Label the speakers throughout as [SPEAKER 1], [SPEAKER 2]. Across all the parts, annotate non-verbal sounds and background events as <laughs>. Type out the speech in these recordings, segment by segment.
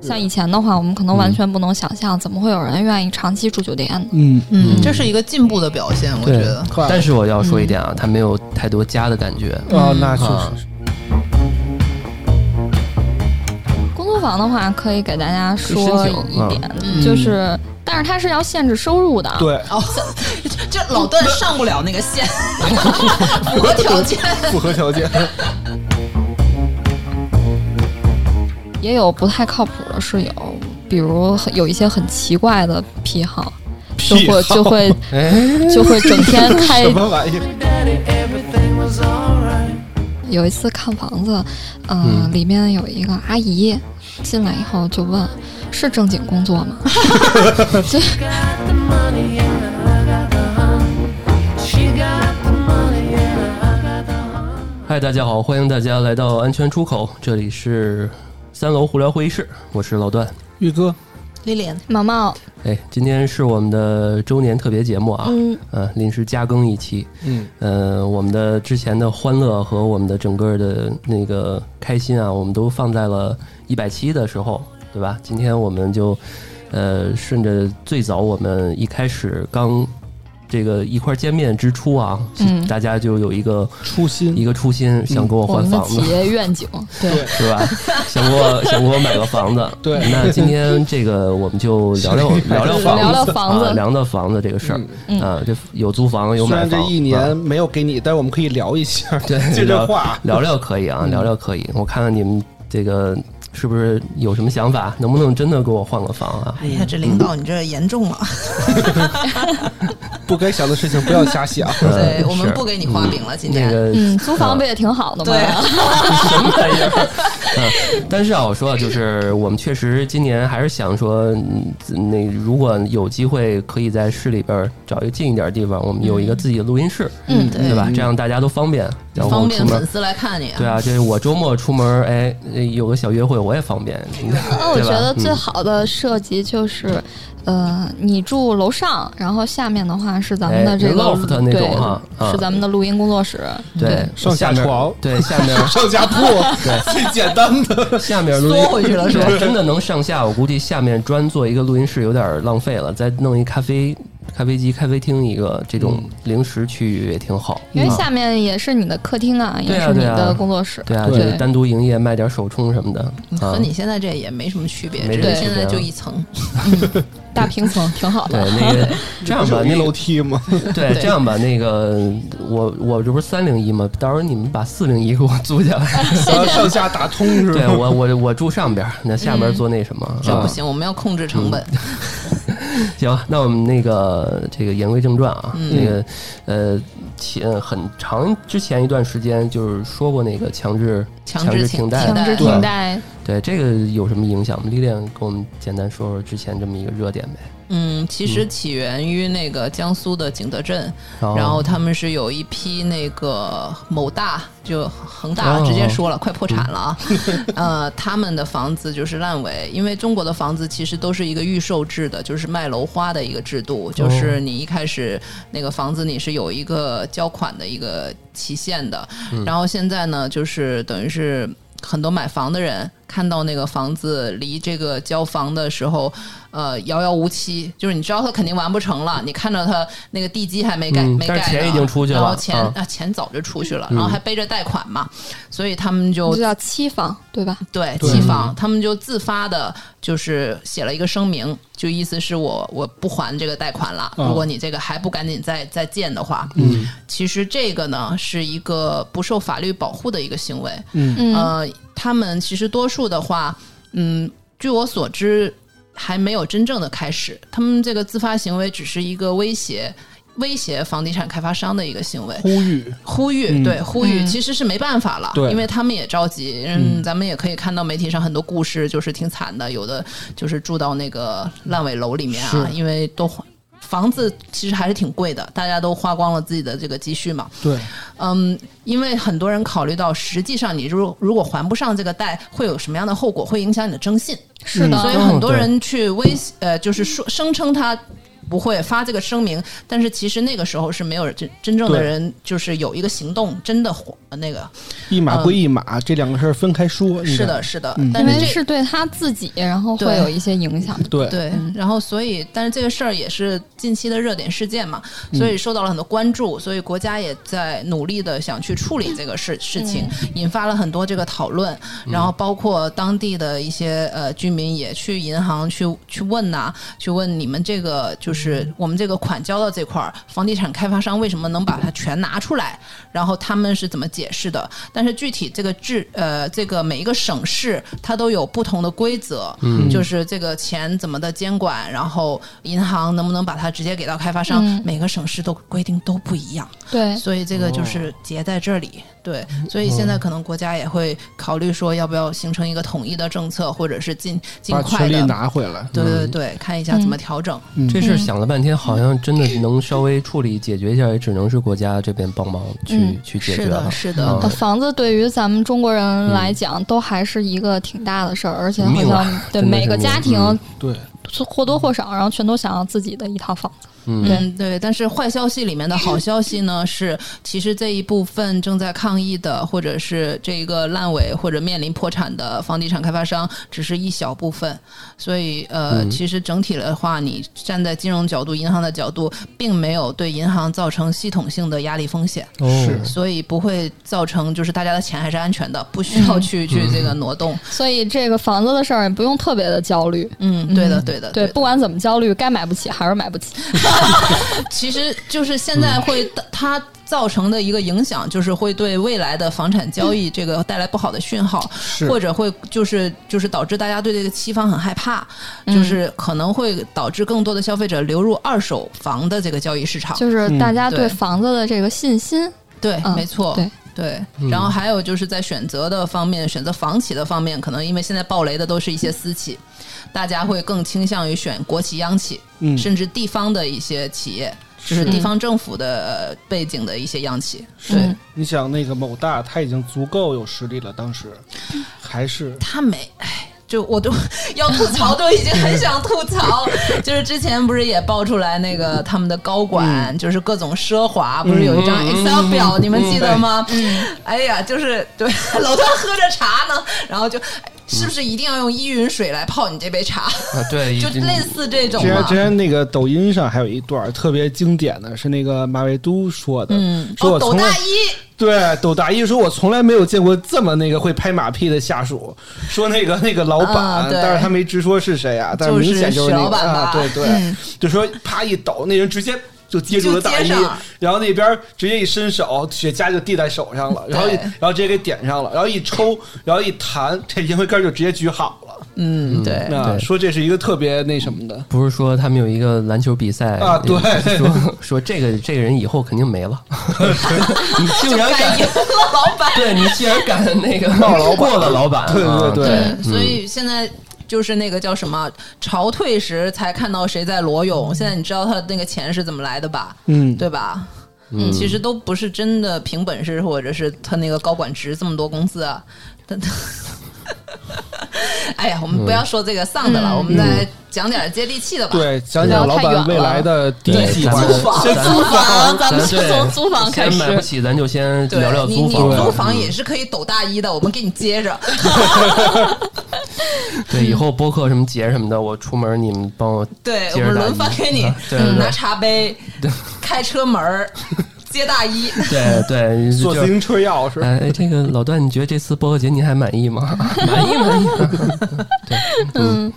[SPEAKER 1] 像以前的话，我们可能完全不能想象，怎么会有人愿意长期住酒店呢？
[SPEAKER 2] 嗯，
[SPEAKER 3] 嗯，这是一个进步的表现，我觉
[SPEAKER 4] 对
[SPEAKER 3] 得。
[SPEAKER 2] 快
[SPEAKER 4] 但是我要说一点啊，它没有太多家的感觉。
[SPEAKER 2] 哦，那确
[SPEAKER 4] 啊
[SPEAKER 2] 实是
[SPEAKER 1] 工作房的话，可以给大家说
[SPEAKER 4] 可以申请
[SPEAKER 1] 一点，就是，但是它是要限制收入的。
[SPEAKER 2] 嗯对
[SPEAKER 3] 哦，这这老段上不了那个
[SPEAKER 4] <laughs>
[SPEAKER 3] 线，符合条件。
[SPEAKER 2] 符合条件。
[SPEAKER 1] 也有不太靠谱的室友，比如很有一些很奇怪的癖好，就
[SPEAKER 2] 癖
[SPEAKER 1] 会
[SPEAKER 2] 好
[SPEAKER 1] 就会
[SPEAKER 2] 哎，
[SPEAKER 1] 就会整
[SPEAKER 2] <laughs>
[SPEAKER 1] 天开
[SPEAKER 2] 什么玩意儿？
[SPEAKER 1] 有一次看房子，呃、
[SPEAKER 4] 嗯
[SPEAKER 1] 里面有一个阿姨进来以后就问：“是正经工作吗？”就
[SPEAKER 4] 嗨，大家好，欢迎大家来到安全出口，这里是三楼胡聊会议室，我是老段。
[SPEAKER 2] 玉哥，
[SPEAKER 3] 丽莲，
[SPEAKER 1] 毛毛，
[SPEAKER 4] 哎，今天是我们的周年特别节目啊，
[SPEAKER 1] 嗯，
[SPEAKER 4] 呃，临时加更一期。
[SPEAKER 2] 嗯，
[SPEAKER 4] 呃，我们的之前的欢乐和我们的整个的那个开心啊，我们都放在了一百期的时候，对吧？今天我们就，呃，顺着最早我们一开始刚这个一块儿见面之初啊，
[SPEAKER 1] 嗯
[SPEAKER 4] 大家就有一个
[SPEAKER 2] 初
[SPEAKER 4] 一
[SPEAKER 2] 心
[SPEAKER 4] 个初心，想给我
[SPEAKER 1] 我
[SPEAKER 4] 换
[SPEAKER 1] 们的
[SPEAKER 4] 房子，
[SPEAKER 1] 企业愿
[SPEAKER 4] <laughs>
[SPEAKER 1] 景，对，
[SPEAKER 4] 对
[SPEAKER 1] <laughs>
[SPEAKER 4] 吧？想给我想给我买个房子。
[SPEAKER 2] 对
[SPEAKER 4] 那今天这个我们就聊
[SPEAKER 2] <laughs>
[SPEAKER 4] 聊聊聊房子，
[SPEAKER 1] 聊聊房子
[SPEAKER 4] 啊聊聊房子这个事儿。
[SPEAKER 1] 嗯
[SPEAKER 4] 啊，这有租房有
[SPEAKER 2] 虽
[SPEAKER 4] 买
[SPEAKER 2] 然
[SPEAKER 4] 房，
[SPEAKER 2] 这一
[SPEAKER 4] 啊
[SPEAKER 2] 年没有给你，但是我们可以聊一下， <laughs>
[SPEAKER 4] 对，
[SPEAKER 2] 接着
[SPEAKER 4] 聊
[SPEAKER 2] 话
[SPEAKER 4] 聊聊可以啊，
[SPEAKER 1] 嗯
[SPEAKER 4] 聊聊可以。我看看你们这个是不是有什么想法，能不能真的给我换个房啊？
[SPEAKER 3] 哎呀，这领导你这严重了，
[SPEAKER 2] 不该想的事情不要瞎想。
[SPEAKER 4] 呃
[SPEAKER 3] 对我们
[SPEAKER 4] 是
[SPEAKER 3] 不给你画饼了，今
[SPEAKER 4] 那
[SPEAKER 3] 天。
[SPEAKER 4] 个啊
[SPEAKER 1] 嗯，租房不也挺好的吗？
[SPEAKER 3] 对，啊
[SPEAKER 4] 什么玩意儿？嗯， <laughs> 但是啊，我说啊，就是我们确实今年还是想说，嗯那如果有机会可以在市里边儿找一个近一点的地方，我们有一个自己的录音室，
[SPEAKER 1] 嗯
[SPEAKER 3] 对
[SPEAKER 4] 对吧？这样大家都方便，然后
[SPEAKER 3] 方
[SPEAKER 4] 出
[SPEAKER 3] 便
[SPEAKER 4] 门
[SPEAKER 3] 粉。丝来看你。
[SPEAKER 4] 对啊，这我周末出门，哎，有个小约会，我也
[SPEAKER 3] <laughs>
[SPEAKER 4] 方便。
[SPEAKER 1] 那哦我
[SPEAKER 4] 对
[SPEAKER 1] 觉
[SPEAKER 4] 吧
[SPEAKER 1] 得最
[SPEAKER 4] 嗯
[SPEAKER 1] 好的设计就是，呃，你住楼上，然后下面的话是咱们
[SPEAKER 4] 哎
[SPEAKER 1] 的这
[SPEAKER 4] 那
[SPEAKER 1] 个
[SPEAKER 4] loft 那种哈
[SPEAKER 1] 对，
[SPEAKER 4] 啊
[SPEAKER 1] 是咱们的录音工作室。
[SPEAKER 4] 对，
[SPEAKER 2] 上
[SPEAKER 4] 下
[SPEAKER 2] 下
[SPEAKER 4] 面
[SPEAKER 2] 床
[SPEAKER 4] 对，下面
[SPEAKER 2] <laughs> 上下铺，对， <laughs> 最简单的。
[SPEAKER 4] 下面录音
[SPEAKER 3] 缩回去了是吧
[SPEAKER 4] 对真的能上下，我估计下面专做一个录音室有点浪费了，再弄一咖啡咖啡机、咖啡厅一个这种
[SPEAKER 2] 嗯
[SPEAKER 4] 零食区域也挺好。
[SPEAKER 1] 因为
[SPEAKER 4] 啊
[SPEAKER 1] 下面也是你的客厅啊，
[SPEAKER 4] 对
[SPEAKER 1] 也
[SPEAKER 4] 啊
[SPEAKER 1] 是你
[SPEAKER 4] 对啊
[SPEAKER 1] 的工作室，
[SPEAKER 4] 对啊，就
[SPEAKER 2] 对
[SPEAKER 4] 是单独营业卖点手冲什么的啊
[SPEAKER 3] 嗯和。你现在这也没什么区别，
[SPEAKER 4] 没
[SPEAKER 3] 只
[SPEAKER 4] 什
[SPEAKER 3] 是
[SPEAKER 4] 么
[SPEAKER 3] 现在
[SPEAKER 4] 区别啊
[SPEAKER 3] 就一层。
[SPEAKER 1] 大平层挺好
[SPEAKER 4] 对
[SPEAKER 1] 的。，
[SPEAKER 4] 那个这样吧，
[SPEAKER 2] 有一
[SPEAKER 4] 那
[SPEAKER 2] 楼
[SPEAKER 4] 个
[SPEAKER 2] 梯吗？
[SPEAKER 4] 对这样吧，那个我我这不是三零一吗？到时候你们把四零一给我租下来。
[SPEAKER 2] 然后上下打通是
[SPEAKER 4] 对
[SPEAKER 2] 吧？
[SPEAKER 4] 我我我住上边儿，那下边儿做那什么？
[SPEAKER 3] 这
[SPEAKER 4] 啊
[SPEAKER 3] 不行，我们要控制成本。
[SPEAKER 4] 行，那我们那个这个言归正传啊，那个呃前很长之前一段时间就是说过那个强制
[SPEAKER 3] 强制
[SPEAKER 4] 制
[SPEAKER 3] 请
[SPEAKER 4] 停贷，
[SPEAKER 1] 强制
[SPEAKER 3] 对
[SPEAKER 1] 停贷，
[SPEAKER 4] 对这个有什么影响吗？历练给我们简单说说之前这么一个热点呗。
[SPEAKER 3] 嗯，其实起源于那个江苏的景德镇，
[SPEAKER 4] 然后
[SPEAKER 3] 然后他们是有一批那个某大，就恒大
[SPEAKER 4] 哦
[SPEAKER 3] 直接说了，快破产了啊！ <laughs> 呃，他们的房子就是烂尾，因为中国的房子其实都是一个预售制的，就是卖楼花的一个制度，就是你一开始那个房子你是有一个交款的一个期限的，然后现在呢，就是等于是。很多买房的人看到那个房子离这个交房的时候，呃，遥遥无期，就是你知道它肯定完不成了，你看着它那个地基还没盖，
[SPEAKER 4] 嗯
[SPEAKER 3] 没盖
[SPEAKER 4] 但
[SPEAKER 3] 呢，
[SPEAKER 4] 是钱已经出去了
[SPEAKER 3] 然后钱
[SPEAKER 4] 啊嗯
[SPEAKER 3] 啊钱早就出去了，然后还背着贷款嘛，所以他们就
[SPEAKER 1] 这叫期房，对吧？
[SPEAKER 3] 对弃房，他们就自发的，就是写了一个声明，就意思是我我不还这个贷款了，
[SPEAKER 2] 啊
[SPEAKER 3] 如果你这个还不赶紧再再建的话，嗯，其实这个呢是一个不受法律保护的一个行为，
[SPEAKER 1] 嗯，
[SPEAKER 3] 呃，他们其实多数的话，嗯，据我所知，还没有真正的开始，他们这个自发行为只是一个威胁。威胁房地产开发商的一个行为，
[SPEAKER 2] 呼吁，
[SPEAKER 3] 呼吁，对呼吁，
[SPEAKER 1] 嗯
[SPEAKER 3] 其实是没办法了，
[SPEAKER 2] 对
[SPEAKER 3] 因为他们也着急。嗯，咱们也可以看到媒体上很多故事，就是挺惨的，有的就是住到那个烂尾楼里面啊，因为都花房子其实还是挺贵的，大家都花光了自己的这个积蓄嘛。
[SPEAKER 2] 对，
[SPEAKER 3] 嗯，因为很多人考虑到，实际上你如如果还不上这个贷，会有什么样的
[SPEAKER 4] 嗯
[SPEAKER 3] 后果，会影响你的征信，
[SPEAKER 1] 是
[SPEAKER 3] 所以
[SPEAKER 1] 的，
[SPEAKER 3] 很多人去威胁，呃，就是说声称他。不会发这个声明，但是其实那个时候是没有真真正的
[SPEAKER 2] 对
[SPEAKER 3] 人就是有一个行动，真的火呃那个
[SPEAKER 2] 一码归一码，这两个事儿分开说。你
[SPEAKER 3] 是
[SPEAKER 2] 看
[SPEAKER 3] 的，，是的
[SPEAKER 2] 嗯，
[SPEAKER 3] 但
[SPEAKER 1] 因
[SPEAKER 3] 是
[SPEAKER 1] 为
[SPEAKER 3] 这
[SPEAKER 1] 是对他自己，然后会
[SPEAKER 3] 对
[SPEAKER 1] 有一些影响。
[SPEAKER 2] 对，
[SPEAKER 3] 对，然后所以，但是这个事儿也是近期的热点事件嘛，所以受到了很多关注，所以国家也在努力的想去处理这个事事情，引发了很多这个讨论，然后包括当地的一些呃居民也去银行去去问呐、去问你们这个呃就是我们这个款交到这块儿，房地产开发商为什么能把它全拿出来？然后他们是怎么解释的？但是具体这个制呃，这个每一个省市它都有不同的规则，嗯，就是这个钱怎么的监管，然后银行能不能把它直接给到开发商，
[SPEAKER 1] 嗯
[SPEAKER 3] 每个省市都规定都不一样，
[SPEAKER 1] 对，
[SPEAKER 3] 所以这个就是结在这里。对，
[SPEAKER 2] 哦
[SPEAKER 3] 所以现在可能国家也会考虑说，要不要形成一个统一的政策，或者是尽尽
[SPEAKER 2] 把
[SPEAKER 3] 快
[SPEAKER 2] 权力
[SPEAKER 3] 的。
[SPEAKER 2] 拿回来。
[SPEAKER 3] 对对对，看一下怎么调整。
[SPEAKER 2] 嗯
[SPEAKER 4] 这事儿想了半天，好像真的
[SPEAKER 3] 嗯
[SPEAKER 4] 能稍微处理解决一下，也只能是国家这边帮忙去、
[SPEAKER 1] 嗯
[SPEAKER 4] 去解决
[SPEAKER 3] 是的，
[SPEAKER 4] 了。嗯
[SPEAKER 3] 是的，
[SPEAKER 1] 呃房子对于咱们中国人来讲，都还是一个挺大的事儿，而且好
[SPEAKER 4] 命啊
[SPEAKER 1] 像对
[SPEAKER 4] 真的是
[SPEAKER 1] 每个家
[SPEAKER 4] 命嗯
[SPEAKER 1] 庭
[SPEAKER 2] 对，
[SPEAKER 1] 或多或少，然后全都想要自己的一套房子。
[SPEAKER 3] 嗯，对。但是坏消息里面的好消息呢，是其实这一部分正在抗议的，或者是这一个烂尾或者面临破产的房地产开发商，只是一小部分。所以，呃，其实整体的话，你站在金融角度、银行的角度，并没有对银行造成系统性的压力风险。
[SPEAKER 2] 是
[SPEAKER 3] 所以不会造成就是大家的钱还是安全的，不需要去、去这个挪动。
[SPEAKER 1] 所以这个房子的事儿也不用特别的焦虑。
[SPEAKER 3] 嗯，对的，对的，
[SPEAKER 1] 对，
[SPEAKER 3] 的
[SPEAKER 1] 不管怎么焦虑，该买不起还是买不起。
[SPEAKER 3] 其实就是现
[SPEAKER 2] 嗯
[SPEAKER 3] 在会它造成的一个影响，就是会对未来的房产交易这个带来不好的讯号，
[SPEAKER 2] 是
[SPEAKER 3] 或者会就是就是导致大家对这个期房很害怕，
[SPEAKER 2] 嗯
[SPEAKER 3] 就是可能会导致更多的消费者流入二手房的这个交易市场。
[SPEAKER 1] 就是
[SPEAKER 4] 嗯
[SPEAKER 1] 大家对
[SPEAKER 3] 对
[SPEAKER 1] 房子的这个信心，
[SPEAKER 4] 哎
[SPEAKER 3] 对，
[SPEAKER 1] 嗯
[SPEAKER 3] 没错。
[SPEAKER 1] 对，
[SPEAKER 3] 对，
[SPEAKER 2] 嗯
[SPEAKER 3] 然后还有就是在选择的方面，选择房企的方面，可能因为现在暴雷的都是一些私企，大家会更倾向于选国企、央企，
[SPEAKER 2] 嗯
[SPEAKER 3] 甚至地方的一些企业，就是地方政府的呃背景的一些央企。对
[SPEAKER 1] 嗯，
[SPEAKER 2] 你想那个某大，他已经足够有实力了，当时还是
[SPEAKER 3] 他没，哎，就我都 <laughs> 要吐槽，都已经很想吐槽。就是之前不是也爆出来那个他们的高管，
[SPEAKER 2] 嗯
[SPEAKER 3] 就是各种奢华，不是有一张 Excel 表，你们记得吗？
[SPEAKER 2] 嗯
[SPEAKER 3] 哎呀，就是对， <laughs> 老段喝着茶呢，然后就。哎是不是一定要用依云水来泡你这杯茶？
[SPEAKER 4] 啊，对，
[SPEAKER 3] 就
[SPEAKER 4] 已经
[SPEAKER 3] 类似这种
[SPEAKER 2] 之前
[SPEAKER 3] 嘛哦
[SPEAKER 2] 之。前那个抖音上还有一段儿特别经典的是那个马未都说的，
[SPEAKER 3] 嗯，
[SPEAKER 2] 说
[SPEAKER 3] 哦，
[SPEAKER 2] 我
[SPEAKER 3] 抖
[SPEAKER 2] 从来、
[SPEAKER 3] 大衣，
[SPEAKER 2] 对抖大一说，我从来没有见过这么那个会拍马屁的下属，说那个那个老板，
[SPEAKER 3] 啊对
[SPEAKER 2] 但是他没直说是谁啊，但
[SPEAKER 3] 就是
[SPEAKER 2] 明显就是
[SPEAKER 3] 许
[SPEAKER 2] 那
[SPEAKER 3] 老
[SPEAKER 2] 个
[SPEAKER 3] 板
[SPEAKER 2] 啊
[SPEAKER 3] 吧，
[SPEAKER 2] 对对，
[SPEAKER 3] 嗯
[SPEAKER 2] 就说啪一抖，那人直接。就接住了大衣
[SPEAKER 3] 就接上，
[SPEAKER 2] 然后那边直接一伸手，雪茄就递在手上了，然后一
[SPEAKER 3] 对
[SPEAKER 2] 然后直接给点上了，然后一抽，然后一弹，这烟灰缸就直接举好了。
[SPEAKER 3] 嗯，对，
[SPEAKER 2] 那
[SPEAKER 4] 对
[SPEAKER 2] 说这是一个特别那什么的，
[SPEAKER 4] 不是说他们有一个篮球比赛
[SPEAKER 2] 啊对
[SPEAKER 4] 说说这个这个人以后肯定没
[SPEAKER 2] <laughs>
[SPEAKER 4] 了，你竟然敢
[SPEAKER 3] 敢迎合老板，
[SPEAKER 4] 对你竟然敢那个
[SPEAKER 2] 冒老板
[SPEAKER 4] 过了老板，
[SPEAKER 2] 对
[SPEAKER 4] 啊
[SPEAKER 2] 对对
[SPEAKER 3] 对，所以现在就是那个叫什么，潮退时才看到谁在裸
[SPEAKER 4] 嗯
[SPEAKER 3] 泳。现在你知道他那个钱是怎么来的吧？
[SPEAKER 2] 嗯
[SPEAKER 3] 对吧？嗯，其实都不是真的凭本事，或者是他那个高管职这么多工资啊。 <laughs> 他他哎呀，我们不
[SPEAKER 4] 嗯
[SPEAKER 3] 要说这个丧的了，我们再讲点接地气的吧。
[SPEAKER 2] 对，讲讲老板未来的第一计划，
[SPEAKER 4] 对
[SPEAKER 2] 先
[SPEAKER 4] 咱们
[SPEAKER 2] 租
[SPEAKER 1] 房咱们
[SPEAKER 4] 咱
[SPEAKER 1] 先
[SPEAKER 4] 对
[SPEAKER 1] 从租房开
[SPEAKER 4] 先买不
[SPEAKER 1] 始。
[SPEAKER 4] 起，咱就先
[SPEAKER 3] 对，
[SPEAKER 4] 聊聊
[SPEAKER 3] 你
[SPEAKER 4] 租
[SPEAKER 3] 你
[SPEAKER 4] 房。嗯
[SPEAKER 3] 租房也是可以抖大衣的，我们给你接着。
[SPEAKER 4] 对，以后播客什么节什么的，我出门你们帮我
[SPEAKER 3] 对，我
[SPEAKER 4] 接着
[SPEAKER 3] 们
[SPEAKER 4] 打
[SPEAKER 3] 轮番给你嗯
[SPEAKER 4] 啊对对对
[SPEAKER 3] 拿茶杯、开车门
[SPEAKER 4] <laughs>
[SPEAKER 3] 儿、接大衣。
[SPEAKER 4] 对对，
[SPEAKER 2] 做
[SPEAKER 4] 就
[SPEAKER 2] 自行车钥匙。
[SPEAKER 4] 哎，这个老段，你觉得这次播客节您还满
[SPEAKER 3] <laughs>
[SPEAKER 4] 意吗？满意，满意。
[SPEAKER 1] 嗯，